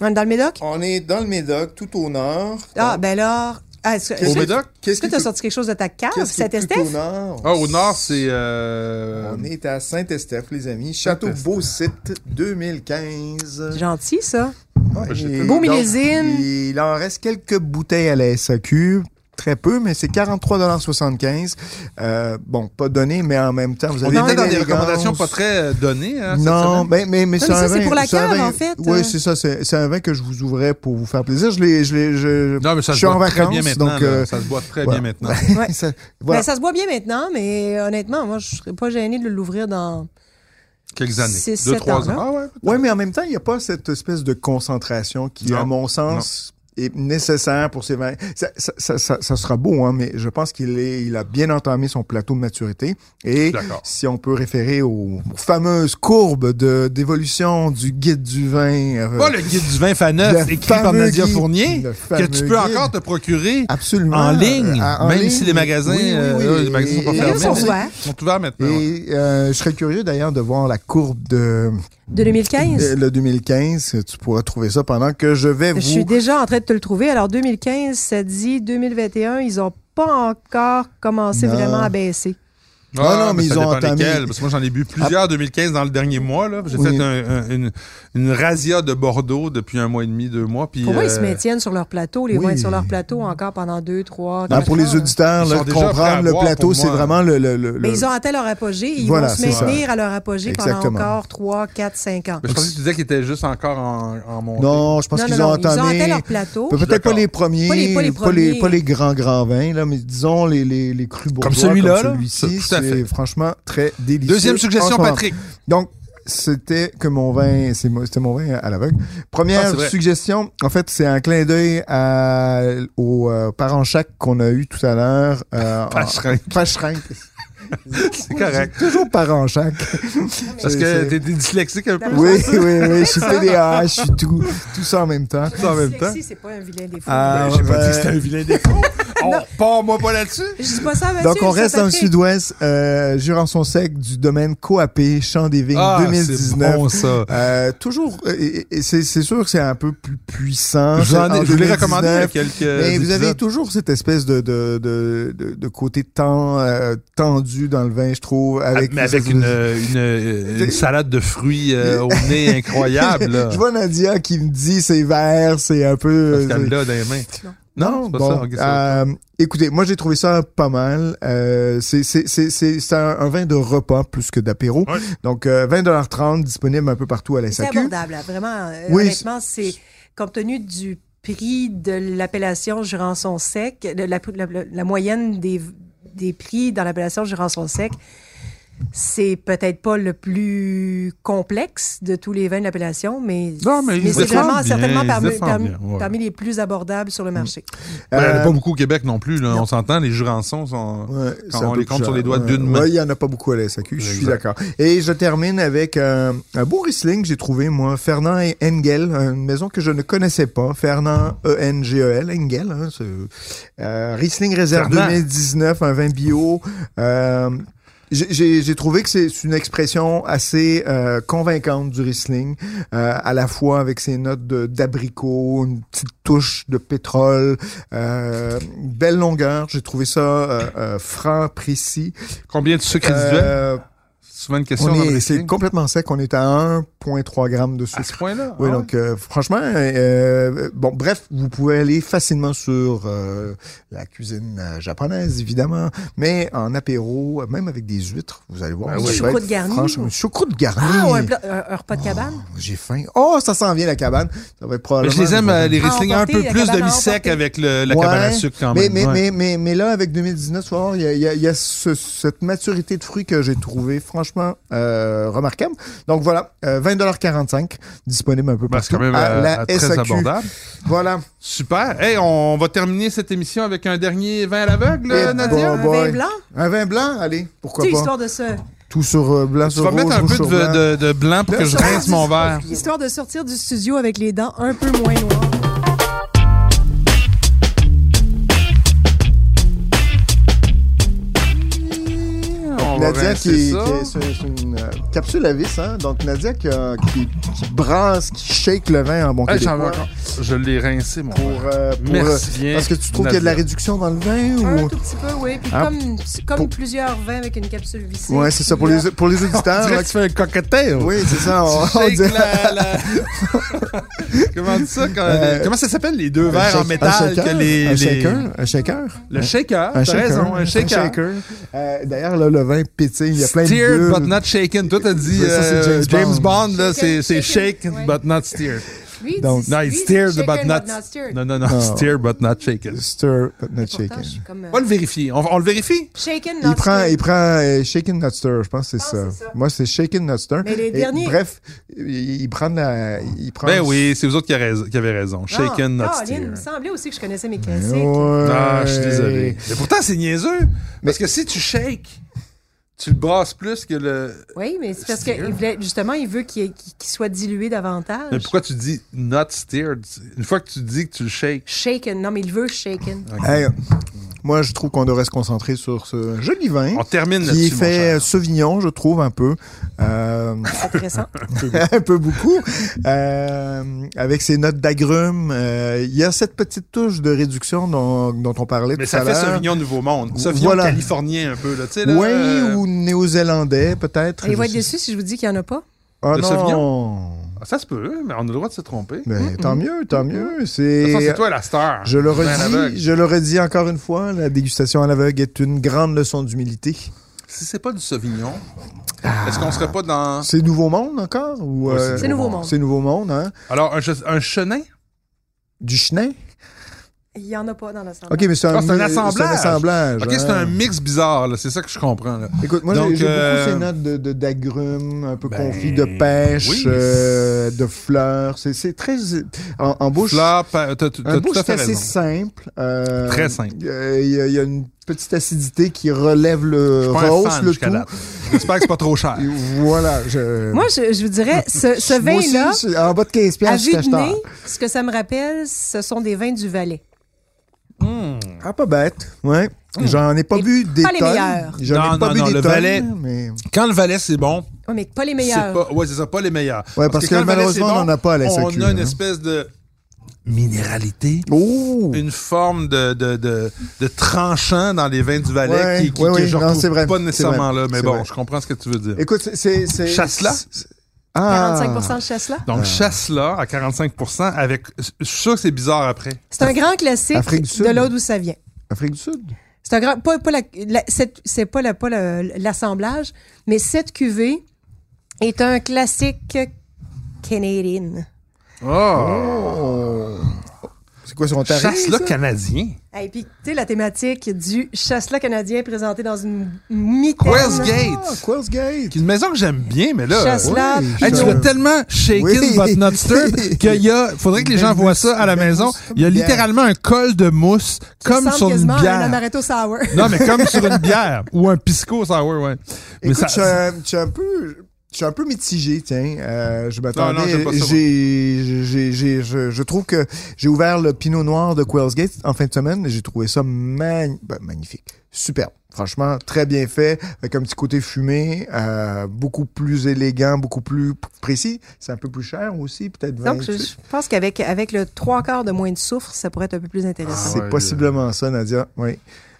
[SPEAKER 3] On est dans le Médoc?
[SPEAKER 4] on est dans le Médoc, tout au nord.
[SPEAKER 3] Ah,
[SPEAKER 4] Donc,
[SPEAKER 3] ben alors... ah, Est-ce que
[SPEAKER 4] qu'est-ce
[SPEAKER 2] Au
[SPEAKER 4] qui-
[SPEAKER 3] est-ce
[SPEAKER 2] Médoc?
[SPEAKER 4] Qu'est-ce
[SPEAKER 3] que
[SPEAKER 4] qui
[SPEAKER 3] tu as
[SPEAKER 4] est-
[SPEAKER 3] sorti quelque chose de ta cave?
[SPEAKER 4] qu'est-ce qui
[SPEAKER 3] Ça
[SPEAKER 4] est
[SPEAKER 3] testait?
[SPEAKER 4] tout au nord?
[SPEAKER 2] Ah, au nord, c'est. euh,
[SPEAKER 4] On est à Saint-Estèphe, les amis. Château Beaucite 2015.
[SPEAKER 3] Gentil, ça.
[SPEAKER 4] Ouais,
[SPEAKER 2] j'ai
[SPEAKER 4] et
[SPEAKER 2] fait-
[SPEAKER 3] Beau
[SPEAKER 4] donc,
[SPEAKER 3] millésime.
[SPEAKER 4] Il en reste quelques bouteilles à la SAQ. Très peu, mais c'est 43,75 euh, Bon, pas donné, mais en même temps, vous
[SPEAKER 2] On
[SPEAKER 4] avez
[SPEAKER 2] était
[SPEAKER 4] une
[SPEAKER 2] dans des
[SPEAKER 4] élégance.
[SPEAKER 2] recommandations pas très euh, données. hein, cette
[SPEAKER 4] Non,
[SPEAKER 2] semaine.
[SPEAKER 4] mais, mais, mais c'est
[SPEAKER 3] mais
[SPEAKER 4] un
[SPEAKER 3] ça,
[SPEAKER 4] vin.
[SPEAKER 3] c'est pour la
[SPEAKER 4] un
[SPEAKER 3] cave,
[SPEAKER 4] vin-
[SPEAKER 3] en fait, euh.
[SPEAKER 4] Oui, c'est ça. C'est c'est un vin que je vous ouvrais pour vous faire plaisir. Je l'ai. Je l'ai- je-
[SPEAKER 2] Non, mais ça se
[SPEAKER 4] je suis en
[SPEAKER 2] boit très bien
[SPEAKER 4] vacances,
[SPEAKER 2] maintenant.
[SPEAKER 4] donc,
[SPEAKER 2] là.
[SPEAKER 4] euh,
[SPEAKER 2] Ça se boit très
[SPEAKER 4] voilà.
[SPEAKER 2] bien maintenant.
[SPEAKER 3] Ouais.
[SPEAKER 4] ça- voilà.
[SPEAKER 3] Ben, ça se boit bien maintenant, mais euh, honnêtement, moi, je serais pas gênée de l'ouvrir dans...
[SPEAKER 2] Quelques années.
[SPEAKER 3] C'est
[SPEAKER 2] Deux,
[SPEAKER 3] sept
[SPEAKER 2] trois
[SPEAKER 3] ans,
[SPEAKER 2] ans.
[SPEAKER 3] là.
[SPEAKER 2] Ah ouais.
[SPEAKER 4] Oui, mais en même temps, il n'y a pas cette espèce de concentration qui,
[SPEAKER 2] Non,
[SPEAKER 4] à mon sens, est nécessaire pour ces vins. Ça, ça- ça- ça- ça sera beau, hein, mais je pense qu'il est, il a bien entamé son plateau de maturité. Et
[SPEAKER 2] D'accord.
[SPEAKER 4] si on peut référer aux, aux fameuses courbes de, d'évolution du guide du vin. euh,
[SPEAKER 2] Pas le guide du vin fan neuf
[SPEAKER 4] le
[SPEAKER 2] écrit par
[SPEAKER 4] fameux
[SPEAKER 2] Nadia
[SPEAKER 4] guide,
[SPEAKER 2] Fournier
[SPEAKER 4] le
[SPEAKER 2] que
[SPEAKER 4] fameux
[SPEAKER 2] tu peux
[SPEAKER 4] guide.
[SPEAKER 2] encore te procurer
[SPEAKER 4] Absolument.
[SPEAKER 2] en ligne,
[SPEAKER 4] Euh, en
[SPEAKER 2] même
[SPEAKER 4] ligne.
[SPEAKER 2] si les magasins,
[SPEAKER 4] Oui, oui, oui.
[SPEAKER 2] euh, les magasins sont pas
[SPEAKER 4] Et-
[SPEAKER 3] fermés, sont
[SPEAKER 2] mais-
[SPEAKER 3] ouverts.
[SPEAKER 2] Ils sont ouverts maintenant. ouais.
[SPEAKER 4] Et euh, je serais curieux d'ailleurs de voir la courbe de,
[SPEAKER 3] De 2015?
[SPEAKER 4] de- Euh, le 2015. Tu pourras trouver ça pendant que je vais vous.
[SPEAKER 3] Je suis déjà en train de te le trouver. Alors, 2015, ça dit 2021, ils ont pas encore commencé
[SPEAKER 4] Non.
[SPEAKER 3] vraiment à baisser.
[SPEAKER 2] Ah,
[SPEAKER 4] Ah, non, mais
[SPEAKER 2] ça
[SPEAKER 4] ils ont
[SPEAKER 2] dépend
[SPEAKER 4] entamé-
[SPEAKER 2] lesquels, Parce que moi, j'en ai bu plusieurs 2015 dans le dernier mois. là. J'ai
[SPEAKER 4] Oui.
[SPEAKER 2] fait un- un- une, une razzia de Bordeaux depuis un mois et demi, deux mois. Puis,
[SPEAKER 3] Pour moi, ils se
[SPEAKER 2] euh,
[SPEAKER 3] maintiennent sur leur plateau. Les
[SPEAKER 4] oui.
[SPEAKER 3] vins sont sur leur plateau encore pendant deux, trois,
[SPEAKER 4] Ben,
[SPEAKER 3] quatre
[SPEAKER 4] pour
[SPEAKER 3] ans,
[SPEAKER 4] les
[SPEAKER 3] là.
[SPEAKER 4] auditeurs,
[SPEAKER 2] Ils
[SPEAKER 4] là,
[SPEAKER 2] sont
[SPEAKER 4] de
[SPEAKER 2] déjà prêts à
[SPEAKER 4] comprendre le
[SPEAKER 2] boire
[SPEAKER 4] plateau,
[SPEAKER 2] pour
[SPEAKER 4] c'est
[SPEAKER 2] moi.
[SPEAKER 4] vraiment le. le, le-
[SPEAKER 3] Mais
[SPEAKER 4] le-
[SPEAKER 3] ils ont atteint leur apogée. Ils
[SPEAKER 4] Voilà,
[SPEAKER 3] vont se
[SPEAKER 4] c'est ça.
[SPEAKER 3] maintenir à leur apogée pendant
[SPEAKER 4] Exactement.
[SPEAKER 3] encore trois, quatre, cinq ans.
[SPEAKER 2] Mais je pensais que tu disais qu'ils étaient juste encore en, en montée.
[SPEAKER 4] Non, je pense
[SPEAKER 3] non,
[SPEAKER 4] qu'ils
[SPEAKER 3] non,
[SPEAKER 4] ont
[SPEAKER 3] non, ils ont atteint
[SPEAKER 4] entamé.
[SPEAKER 3] leur plateau.
[SPEAKER 2] suis
[SPEAKER 4] Peut-être pas
[SPEAKER 2] d'accord.
[SPEAKER 4] les premiers,
[SPEAKER 3] Pas les- pas les premiers.
[SPEAKER 4] pas les grands grands vins, là, mais disons les, les, les crus bourgeois
[SPEAKER 2] celui-là, là.
[SPEAKER 4] comme celui-ci,
[SPEAKER 2] Tout à fait.
[SPEAKER 4] c'est franchement très délicieux.
[SPEAKER 2] Deuxième
[SPEAKER 4] en
[SPEAKER 2] suggestion,
[SPEAKER 4] ce moment.
[SPEAKER 2] Patrick.
[SPEAKER 4] Donc, c'était que mon vin, c'est mo- c'était mon vin à l'aveugle.
[SPEAKER 2] Ah,
[SPEAKER 4] Première
[SPEAKER 2] c'est vrai.
[SPEAKER 4] suggestion, en fait, c'est un clin d'œil à, aux euh, parents chac qu'on a eu tout à l'heure. Euh, en-
[SPEAKER 2] Pacherin.
[SPEAKER 4] Pacherin.
[SPEAKER 2] C'est correct.
[SPEAKER 4] Toujours parents chac.
[SPEAKER 2] Parce
[SPEAKER 4] C'est-
[SPEAKER 2] que
[SPEAKER 4] c'est-
[SPEAKER 2] t'es t'es dyslexique un peu.
[SPEAKER 3] La-
[SPEAKER 4] Oui, oui, oui, je suis TDAH, je suis tout, tout ça en même temps.
[SPEAKER 2] en même temps.
[SPEAKER 3] Dyslexie, c'est pas un vilain défaut.
[SPEAKER 4] Ah,
[SPEAKER 2] Ben, J'ai pas dit
[SPEAKER 4] ouais.
[SPEAKER 2] que c'était un vilain défaut. On part-moi pas là-dessus.
[SPEAKER 3] Je dis pas ça, Mathieu.
[SPEAKER 4] Donc, on
[SPEAKER 3] je dis ça,
[SPEAKER 4] reste dans le
[SPEAKER 3] Patrick.
[SPEAKER 4] sud-ouest, euh, Jurançon sec du domaine Coapé, Champ des Vignes
[SPEAKER 2] Ah,
[SPEAKER 4] 2019.
[SPEAKER 2] c'est bon, ça.
[SPEAKER 4] Euh, toujours, euh, et- et c'est c'est sûr que c'est un peu plus puissant.
[SPEAKER 2] J'en ai-
[SPEAKER 4] En
[SPEAKER 2] je l'ai
[SPEAKER 4] 2019,
[SPEAKER 2] recommandé à quelques.
[SPEAKER 4] Mais vous avez
[SPEAKER 2] épisodes.
[SPEAKER 4] toujours cette espèce de, de, de, de, de côté ten- euh, tendu dans le vin, je trouve. Avec,
[SPEAKER 2] Ah, Mais avec une, euh, une- une salade de fruits euh, au nez incroyable. là.
[SPEAKER 4] Je vois Nadia qui me dit c'est vert, c'est un
[SPEAKER 2] Parce
[SPEAKER 4] peu.
[SPEAKER 2] qu'elle l'a dans les mains.
[SPEAKER 4] Non,
[SPEAKER 2] c'est pas ça,
[SPEAKER 4] bon.
[SPEAKER 2] ok, c'est autre
[SPEAKER 4] euh, écoutez, moi j'ai trouvé ça pas mal. Euh, c'est- c'est c'est- c'est- c'est un, un vin de repas plus que d'apéro.
[SPEAKER 2] Ouais.
[SPEAKER 4] Donc euh, 20,30 disponible un peu partout à la
[SPEAKER 3] C'est
[SPEAKER 4] SAQ.
[SPEAKER 3] abordable, là, vraiment. Euh,
[SPEAKER 4] Oui,
[SPEAKER 3] Honnêtement, c'est compte tenu du prix de l'appellation Jurançon sec, de la, la- la- la moyenne des, des prix dans l'appellation Jurançon sec, c'est peut-être pas le plus complexe de tous les vins de l'appellation, mais,
[SPEAKER 2] Non, mais ils se défendent
[SPEAKER 3] c'est vraiment
[SPEAKER 2] bien, ils
[SPEAKER 3] certainement
[SPEAKER 2] se
[SPEAKER 3] parmi,
[SPEAKER 2] défendent
[SPEAKER 3] parmi-
[SPEAKER 2] bien, ouais. Mm.
[SPEAKER 3] parmi les plus abordables sur le marché.
[SPEAKER 2] Il n'y en a
[SPEAKER 4] Euh,
[SPEAKER 2] pas beaucoup au Québec non plus. là.
[SPEAKER 3] non.
[SPEAKER 2] On s'entend, les Jurançons sont.
[SPEAKER 4] Ouais,
[SPEAKER 2] Quand
[SPEAKER 4] c'est un
[SPEAKER 2] on
[SPEAKER 4] peu
[SPEAKER 2] les compte
[SPEAKER 4] plus
[SPEAKER 2] sur les doigts
[SPEAKER 4] cher.
[SPEAKER 2] d'une
[SPEAKER 4] Ouais,
[SPEAKER 2] main.
[SPEAKER 4] ouais, Il n'y en a pas beaucoup à la SAQ, je suis
[SPEAKER 2] Exact.
[SPEAKER 4] d'accord. Et je termine avec euh, un beau Riesling que j'ai trouvé, moi, Fernand et Engel, une maison que je ne connaissais pas. Fernand E E-N-G-E-L, Engel. hein, c'est- euh, Riesling Réserve
[SPEAKER 2] Fernand.
[SPEAKER 4] 2019, un vin bio. Euh, j'ai- j'ai j'ai trouvé que c'est c'est une expression assez euh, convaincante du Riesling, euh, à la fois avec ses notes de- d'abricot, une petite touche de pétrole, euh, une belle longueur. J'ai trouvé ça euh, euh, franc, précis.
[SPEAKER 2] Combien de sucre résiduel?
[SPEAKER 4] Euh,
[SPEAKER 2] C'est souvent une question
[SPEAKER 4] on
[SPEAKER 2] dans le
[SPEAKER 4] est, c'est
[SPEAKER 2] wrestling.
[SPEAKER 4] complètement sec. On est à 1,3 grammes de sucre.
[SPEAKER 2] À ce point-là.
[SPEAKER 4] Oui,
[SPEAKER 2] ah ouais.
[SPEAKER 4] donc euh, franchement, euh, euh, bon, bref, vous pouvez aller facilement sur euh, la cuisine euh, japonaise, évidemment, mais en apéro, euh, même avec des huîtres, vous allez voir.
[SPEAKER 2] Ben oui.
[SPEAKER 4] ça va être
[SPEAKER 3] Choucroute garnie,
[SPEAKER 4] franchement,
[SPEAKER 3] ou-
[SPEAKER 4] une choucroute garnie.
[SPEAKER 3] Ah, ou un, plat- un- un repas de cabane?
[SPEAKER 4] J'ai faim. Oh, ça s'en vient la cabane. Ça va
[SPEAKER 2] Mais
[SPEAKER 4] être probablement.
[SPEAKER 2] je les aime, euh, les wrestling un
[SPEAKER 3] emporter,
[SPEAKER 2] peu
[SPEAKER 3] la
[SPEAKER 2] plus
[SPEAKER 3] cabane à
[SPEAKER 2] demi-sec
[SPEAKER 3] emporter.
[SPEAKER 2] avec le- la
[SPEAKER 4] Ouais,
[SPEAKER 2] cabane à sucre quand
[SPEAKER 4] mais,
[SPEAKER 2] même.
[SPEAKER 4] mais,
[SPEAKER 2] ouais.
[SPEAKER 4] mais, mais, mais là, avec 2019, tu vas voir, il y a, il y a- il y a ce- cette maturité de fruits que j'ai trouvé franchement euh, remarquable. Donc voilà, euh, 20,45 disponible un peu
[SPEAKER 2] Ben, c'est
[SPEAKER 4] partout
[SPEAKER 2] quand même
[SPEAKER 4] à
[SPEAKER 2] euh,
[SPEAKER 4] la
[SPEAKER 2] très
[SPEAKER 4] SAQ.
[SPEAKER 2] abordable.
[SPEAKER 4] Voilà.
[SPEAKER 2] Super. Hey, on va terminer cette émission avec un dernier vin à l'aveugle,
[SPEAKER 4] Et
[SPEAKER 2] Nadia.
[SPEAKER 4] bon,
[SPEAKER 3] Un
[SPEAKER 4] boy.
[SPEAKER 3] vin blanc?
[SPEAKER 4] Un vin blanc, allez, pourquoi
[SPEAKER 3] Tu sais,
[SPEAKER 4] pas.
[SPEAKER 3] histoire de se...
[SPEAKER 4] Tout sur euh, blanc
[SPEAKER 2] Tu
[SPEAKER 4] sur
[SPEAKER 2] vas
[SPEAKER 4] rouge,
[SPEAKER 2] mettre un
[SPEAKER 4] rouge
[SPEAKER 2] peu
[SPEAKER 4] sur
[SPEAKER 2] de,
[SPEAKER 4] blanc.
[SPEAKER 2] de- de blanc pour que je rince mon verre.
[SPEAKER 3] Histoire de sortir du studio avec les dents un peu moins noires.
[SPEAKER 2] On va
[SPEAKER 4] Nadia
[SPEAKER 2] rincer
[SPEAKER 4] qui,
[SPEAKER 2] Oh, ça.
[SPEAKER 4] qui est sur- sur une euh, capsule à vis, hein. Donc Nadia qui, a- qui- qui brasse, qui shake le vin en bon
[SPEAKER 2] Hey, j'en veux
[SPEAKER 4] québécois.
[SPEAKER 2] encore. Je l'ai rincé, mon
[SPEAKER 4] Pour,
[SPEAKER 2] verre.
[SPEAKER 4] euh, pour,
[SPEAKER 2] Merci
[SPEAKER 4] euh,
[SPEAKER 2] bien,
[SPEAKER 4] Parce que tu trouves qu'il y a de la
[SPEAKER 2] Nadia.
[SPEAKER 4] réduction dans le vin
[SPEAKER 3] Un
[SPEAKER 4] ou...
[SPEAKER 3] tout petit peu, oui. Puis
[SPEAKER 4] Ah.
[SPEAKER 3] comme, comme
[SPEAKER 4] Pour-
[SPEAKER 3] plusieurs vins avec une capsule vissée.
[SPEAKER 4] Ouais, c'est ça pour les, pour les auditeurs. là,
[SPEAKER 2] tu fais un cocktail.
[SPEAKER 4] qui- oui, c'est ça. On, on
[SPEAKER 2] Shake
[SPEAKER 4] dit-
[SPEAKER 2] la- la- comment, tu ça, quand-
[SPEAKER 4] Euh,
[SPEAKER 2] comment ça s'appelle les deux
[SPEAKER 4] Un
[SPEAKER 2] verres en
[SPEAKER 4] shake-
[SPEAKER 2] métal
[SPEAKER 4] un shaker,
[SPEAKER 2] que les,
[SPEAKER 4] un
[SPEAKER 2] les-
[SPEAKER 4] shaker, un shaker,
[SPEAKER 2] le shaker t'as
[SPEAKER 4] un shaker,
[SPEAKER 2] raison un shaker,
[SPEAKER 4] Euh, D'ailleurs, là, le vin pétille, il y a plein
[SPEAKER 2] steered
[SPEAKER 4] de bulles.
[SPEAKER 2] but not shaken toi t'as dit
[SPEAKER 4] Ça, c'est
[SPEAKER 2] euh,
[SPEAKER 4] James
[SPEAKER 2] James Bond,
[SPEAKER 4] Bond.
[SPEAKER 2] là c'est
[SPEAKER 3] Shaken,
[SPEAKER 2] c'est shake
[SPEAKER 3] shaken, ouais.
[SPEAKER 2] but not steered
[SPEAKER 3] Lui, il
[SPEAKER 4] Donc-
[SPEAKER 3] dit-
[SPEAKER 2] non
[SPEAKER 3] lui,
[SPEAKER 2] it's
[SPEAKER 3] il dit
[SPEAKER 2] steered
[SPEAKER 3] shaken
[SPEAKER 2] but not
[SPEAKER 3] stirred.
[SPEAKER 2] non non non
[SPEAKER 4] Non.
[SPEAKER 2] steered but not shaken
[SPEAKER 4] Stir, but not
[SPEAKER 3] Pourtant,
[SPEAKER 4] shaken.
[SPEAKER 3] je suis comme, euh,
[SPEAKER 2] on va le vérifier on, on le vérifie
[SPEAKER 3] Shaken, not
[SPEAKER 4] Il prend,
[SPEAKER 3] stirred.
[SPEAKER 4] il prend euh, Shaken Not Stir, je pense que c'est
[SPEAKER 3] Je
[SPEAKER 4] ça.
[SPEAKER 3] pense que Ah, c'est ça.
[SPEAKER 4] Moi, c'est Shaken Not Stir.
[SPEAKER 3] Mais les
[SPEAKER 4] Et
[SPEAKER 3] derniers-
[SPEAKER 4] Bref, il, il prend de la. Il prend
[SPEAKER 2] ben oui c'est vous autres qui, a raison- qui avez raison
[SPEAKER 3] Ah,
[SPEAKER 2] shaken not
[SPEAKER 3] ah, Lynn, il
[SPEAKER 2] steered
[SPEAKER 3] me semblait aussi que je connaissais mes classiques.
[SPEAKER 4] Ben Ouais.
[SPEAKER 2] Ah, je suis désolé. Mais pourtant, c'est niaiseux. Parce que si tu shakes, tu le brasses plus que le.
[SPEAKER 3] Oui, mais c'est parce que
[SPEAKER 2] Stirred.
[SPEAKER 3] il voulait- justement, il veut qu'il qu'il- qu'il soit dilué davantage.
[SPEAKER 2] Mais pourquoi tu dis not steered? Une fois que tu dis que tu le shakes.
[SPEAKER 3] Shaken, non, mais il veut shaken.
[SPEAKER 4] Hey, moi, je trouve qu'on devrait se concentrer sur ce joli vin.
[SPEAKER 2] On termine
[SPEAKER 4] Hein? qui
[SPEAKER 2] là-dessus. mon
[SPEAKER 4] fait
[SPEAKER 2] cher.
[SPEAKER 4] euh, Sauvignon, je trouve, un peu. Euh,
[SPEAKER 3] Intéressant.
[SPEAKER 4] un peu beaucoup. Euh, avec ses notes d'agrumes. euh, Il y a cette petite touche de réduction dont, dont on parlait
[SPEAKER 2] Mais
[SPEAKER 4] tout à
[SPEAKER 2] ça
[SPEAKER 4] l'heure.
[SPEAKER 2] fait Sauvignon Nouveau Monde. Sauvignon
[SPEAKER 4] Voilà.
[SPEAKER 2] californien un peu, là. Tu sais, là.
[SPEAKER 4] Oui,
[SPEAKER 2] euh,
[SPEAKER 4] ou néo-zélandais, peut-être.
[SPEAKER 3] Il va être
[SPEAKER 4] Je-
[SPEAKER 3] déçu si je vous dis qu'il n'y en a pas.
[SPEAKER 4] Ah
[SPEAKER 2] Le
[SPEAKER 4] non.
[SPEAKER 2] ah, Ça se peut, mais on a le droit de se tromper. De
[SPEAKER 4] Ben, tant mieux, tant mieux. C'est. euh,
[SPEAKER 2] toute façon, c'est toi la star.
[SPEAKER 4] Je le
[SPEAKER 2] Ben, l'aveugle.
[SPEAKER 4] redis, je le redis encore une fois, la dégustation à l'aveugle est une grande leçon d'humilité.
[SPEAKER 2] Si c'est pas du Sauvignon, est-ce qu'on serait pas dans.
[SPEAKER 4] C'est Nouveau Monde encore ou
[SPEAKER 2] Ah.
[SPEAKER 4] euh,
[SPEAKER 2] Ouais, c'est
[SPEAKER 3] C'est Nouveau Monde.
[SPEAKER 4] C'est Nouveau Monde, hein
[SPEAKER 2] Alors, un, che- un chenin?
[SPEAKER 4] Du chenin
[SPEAKER 3] Il n'y en a pas dans la salle.
[SPEAKER 4] Ok, mais c'est un,
[SPEAKER 2] Ah, c'est un assemblage.
[SPEAKER 4] c'est un assemblage,
[SPEAKER 2] Ok, c'est
[SPEAKER 4] hein.
[SPEAKER 2] un mix bizarre, là. C'est ça que je comprends, là.
[SPEAKER 4] Écoute, moi
[SPEAKER 2] Donc,
[SPEAKER 4] j'ai- j'ai
[SPEAKER 2] euh,
[SPEAKER 4] beaucoup ces notes de- de- d'agrumes, un peu
[SPEAKER 2] ben,
[SPEAKER 4] confit de pêche,
[SPEAKER 2] oui.
[SPEAKER 4] euh, de fleurs. C'est- C'est très en, en bouche.
[SPEAKER 2] Là, pa- t'as t'as-
[SPEAKER 4] Un
[SPEAKER 2] t'as tout
[SPEAKER 4] bouche
[SPEAKER 2] à fait
[SPEAKER 4] assez
[SPEAKER 2] raison.
[SPEAKER 4] simple. euh,
[SPEAKER 2] Très simple.
[SPEAKER 4] euh, Il y, a- il y a une petite acidité qui relève le
[SPEAKER 2] Pas un
[SPEAKER 4] rose,
[SPEAKER 2] fan
[SPEAKER 4] le
[SPEAKER 2] jusqu'à
[SPEAKER 4] tout.
[SPEAKER 2] date. J'espère que c'est pas trop cher.
[SPEAKER 4] Et voilà. Je...
[SPEAKER 3] Moi, je, je vous dirais, ce, ce
[SPEAKER 4] Moi aussi,
[SPEAKER 3] vin-là,
[SPEAKER 4] c'est en bas de 15
[SPEAKER 3] à
[SPEAKER 4] piastres,
[SPEAKER 3] vue
[SPEAKER 4] je
[SPEAKER 3] de
[SPEAKER 4] suis acheteur.
[SPEAKER 3] nez, ce que ça me rappelle, ce sont des vins du Valais.
[SPEAKER 4] Ah, pas bête. Ouais. J'en ai pas
[SPEAKER 3] Hum. Et
[SPEAKER 4] bu des
[SPEAKER 3] pas les
[SPEAKER 4] tonnes.
[SPEAKER 3] meilleurs.
[SPEAKER 4] J'en
[SPEAKER 2] Non,
[SPEAKER 4] ai pas
[SPEAKER 2] non,
[SPEAKER 4] bu
[SPEAKER 2] non,
[SPEAKER 4] des
[SPEAKER 2] le
[SPEAKER 4] tonnes,
[SPEAKER 2] Valais-
[SPEAKER 4] mais-
[SPEAKER 2] Quand le valet, c'est bon,
[SPEAKER 3] Oui, mais pas les
[SPEAKER 2] c'est
[SPEAKER 3] meilleurs.
[SPEAKER 2] pas. Ouais, c'est ça, pas les meilleurs.
[SPEAKER 4] Ouais, parce que
[SPEAKER 2] quand le Valais, c'est
[SPEAKER 4] malheureusement, on n'en a pas à la SAQ,
[SPEAKER 2] On a une
[SPEAKER 4] hein.
[SPEAKER 2] espèce de minéralité,
[SPEAKER 4] Oh!
[SPEAKER 2] une forme de, de, de, de tranchant dans les vins du Valais
[SPEAKER 4] Ouais,
[SPEAKER 2] qui, qui,
[SPEAKER 4] ouais,
[SPEAKER 2] que
[SPEAKER 4] ouais,
[SPEAKER 2] je
[SPEAKER 4] non,
[SPEAKER 2] retrouve
[SPEAKER 4] c'est vrai,
[SPEAKER 2] pas
[SPEAKER 4] c'est
[SPEAKER 2] nécessairement
[SPEAKER 4] vrai,
[SPEAKER 2] là. Mais
[SPEAKER 4] c'est
[SPEAKER 2] bon,
[SPEAKER 4] vrai.
[SPEAKER 2] je comprends ce que tu veux dire.
[SPEAKER 4] Écoute, c'est- c'est. c'est-
[SPEAKER 2] Chasse-la.
[SPEAKER 4] c'est- Ah!
[SPEAKER 3] 45 de chasse là.
[SPEAKER 2] Donc, chasse-la à 45 avec. Je suis sûr que c'est bizarre après.
[SPEAKER 3] C'est un grand classique
[SPEAKER 4] Afrique du Sud.
[SPEAKER 3] de là d'où ça vient.
[SPEAKER 4] Afrique du Sud.
[SPEAKER 3] C'est un grand. Pas, pas la- la- cette- c'est pas la- pas la- l'assemblage, mais cette cuvée est un classique canadien.
[SPEAKER 2] Oh!
[SPEAKER 4] Oh! C'est quoi son tarif?
[SPEAKER 2] Chasse-là
[SPEAKER 4] ça?
[SPEAKER 2] canadien.
[SPEAKER 3] Et puis, tu sais, la thématique du chasselas canadien présenté dans une mitaine.
[SPEAKER 2] Quell's
[SPEAKER 4] Ah,
[SPEAKER 2] Gate.
[SPEAKER 4] Quell's Gate.
[SPEAKER 2] Qui est une maison que j'aime bien, mais là. oh.
[SPEAKER 3] Chasse- Là,
[SPEAKER 4] Oui,
[SPEAKER 2] Hey,
[SPEAKER 4] je-
[SPEAKER 2] tu l'as tellement shaken
[SPEAKER 4] Oui. Ben,
[SPEAKER 2] votre Nutster qu'il y a, faudrait que les gens voient ça à la maison. Il y a littéralement un col de mousse
[SPEAKER 3] qui
[SPEAKER 2] comme
[SPEAKER 3] ressemble
[SPEAKER 2] sur une
[SPEAKER 3] quasiment à un
[SPEAKER 2] bière.
[SPEAKER 3] amaretto sour.
[SPEAKER 2] Non, mais comme sur une bière ou un pisco sour, ouais. Mais ça-
[SPEAKER 4] Écoute, je suis un- je suis un peu. Je suis un peu mitigé, tiens. Euh, je
[SPEAKER 2] Non, non,
[SPEAKER 4] m'attendais.
[SPEAKER 2] j'aime pas ça, moi.
[SPEAKER 4] j'ai- j'ai- j'ai- je, je trouve que j'ai ouvert le Pinot Noir de Quell's Gate en fin de semaine et j'ai trouvé ça mag- ben, magnifique. Superbe. Franchement, très bien fait, avec un petit côté fumé, euh, beaucoup plus élégant, beaucoup plus précis. C'est un peu plus cher aussi, peut-être 20.
[SPEAKER 3] Donc, je, je pense qu'avec avec le trois quarts de moins de soufre, ça pourrait être un peu plus intéressant.
[SPEAKER 4] C'est
[SPEAKER 2] Ah ouais,
[SPEAKER 4] possiblement ça, Nadia. Oui.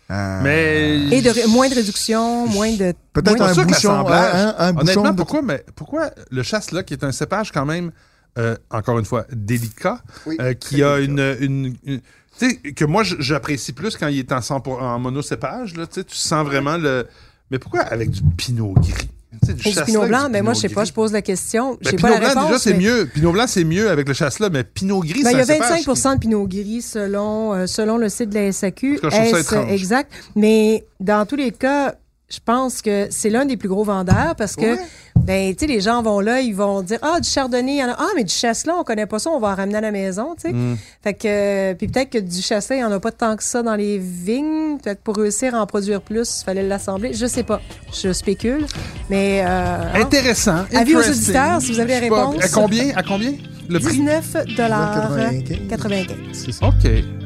[SPEAKER 4] Euh,
[SPEAKER 2] mais.
[SPEAKER 3] Et de, ré- moins de réduction, moins de.
[SPEAKER 4] Peut-être
[SPEAKER 3] moins
[SPEAKER 4] un
[SPEAKER 2] sûr que
[SPEAKER 4] bouchon,
[SPEAKER 2] l'assemblage-
[SPEAKER 4] un, un- un bouchon
[SPEAKER 2] Honnêtement,
[SPEAKER 4] de-
[SPEAKER 2] pourquoi, mais pourquoi le chasselas, qui est un cépage quand même, euh, encore une fois, délicat,
[SPEAKER 4] Oui,
[SPEAKER 2] euh, qui
[SPEAKER 4] très
[SPEAKER 2] a
[SPEAKER 4] délicat.
[SPEAKER 2] une. une- une- tu sais, que moi, j- j'apprécie plus quand il est en, 100 pour- en monocépage, là, tu sais, tu sens vraiment le. Mais pourquoi avec du pinot gris? Tu sais,
[SPEAKER 3] Et du
[SPEAKER 2] chasselas
[SPEAKER 3] pinot
[SPEAKER 2] avec
[SPEAKER 3] blanc, mais moi,
[SPEAKER 2] Pinot
[SPEAKER 3] je sais pas,
[SPEAKER 2] gris.
[SPEAKER 3] je pose la question.
[SPEAKER 2] Ben,
[SPEAKER 3] J'ai pas
[SPEAKER 2] pinot
[SPEAKER 3] la
[SPEAKER 2] blanc,
[SPEAKER 3] réponse.
[SPEAKER 2] déjà, c'est
[SPEAKER 3] mais-
[SPEAKER 2] mieux. Pinot blanc, c'est mieux avec le chasselas, mais pinot gris,
[SPEAKER 3] Ben,
[SPEAKER 2] c'est
[SPEAKER 3] il y a
[SPEAKER 2] un cépage
[SPEAKER 3] 25
[SPEAKER 2] qui-
[SPEAKER 3] de pinot gris selon, euh, selon le site de la SAQ.
[SPEAKER 2] En tout cas, je trouve ça
[SPEAKER 3] Est-ce
[SPEAKER 2] étrange.
[SPEAKER 3] exact. Mais dans tous les cas, je pense que c'est l'un des plus gros vendeurs parce que
[SPEAKER 4] Ouais.
[SPEAKER 3] ben tu sais les gens vont là, ils vont dire ah du chardonnay, il y en a ah mais du chasselas, on connaît pas ça, on va en ramener à la maison, tu sais.
[SPEAKER 2] Mm.
[SPEAKER 3] Fait que euh, puis peut-être que du chasselas, il y en a pas tant que ça dans les vignes, peut-être pour réussir à en produire plus, il fallait l'assembler, je sais pas. Je spécule, mais euh, hein,
[SPEAKER 2] Intéressant.
[SPEAKER 3] Avis aux
[SPEAKER 2] interesting.
[SPEAKER 3] auditeurs, si vous avez des
[SPEAKER 2] Je sais pas,
[SPEAKER 3] réponses.
[SPEAKER 2] À combien? À combien? Le prix?
[SPEAKER 3] 19,95
[SPEAKER 4] 95. C'est ça.
[SPEAKER 2] OK.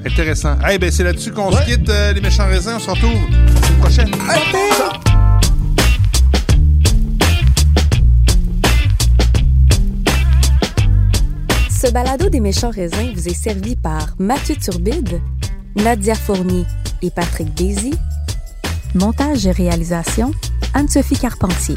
[SPEAKER 2] Intéressant. Eh ben c'est là-dessus qu'on se quitte, euh, les méchants raisins. On se retrouve la semaine prochaine.
[SPEAKER 1] Ce balado des méchants raisins vous est servi par Mathieu Turbide, Nadia Fournier et Patrick Daisy. Montage et réalisation, Anne-Sophie Carpentier.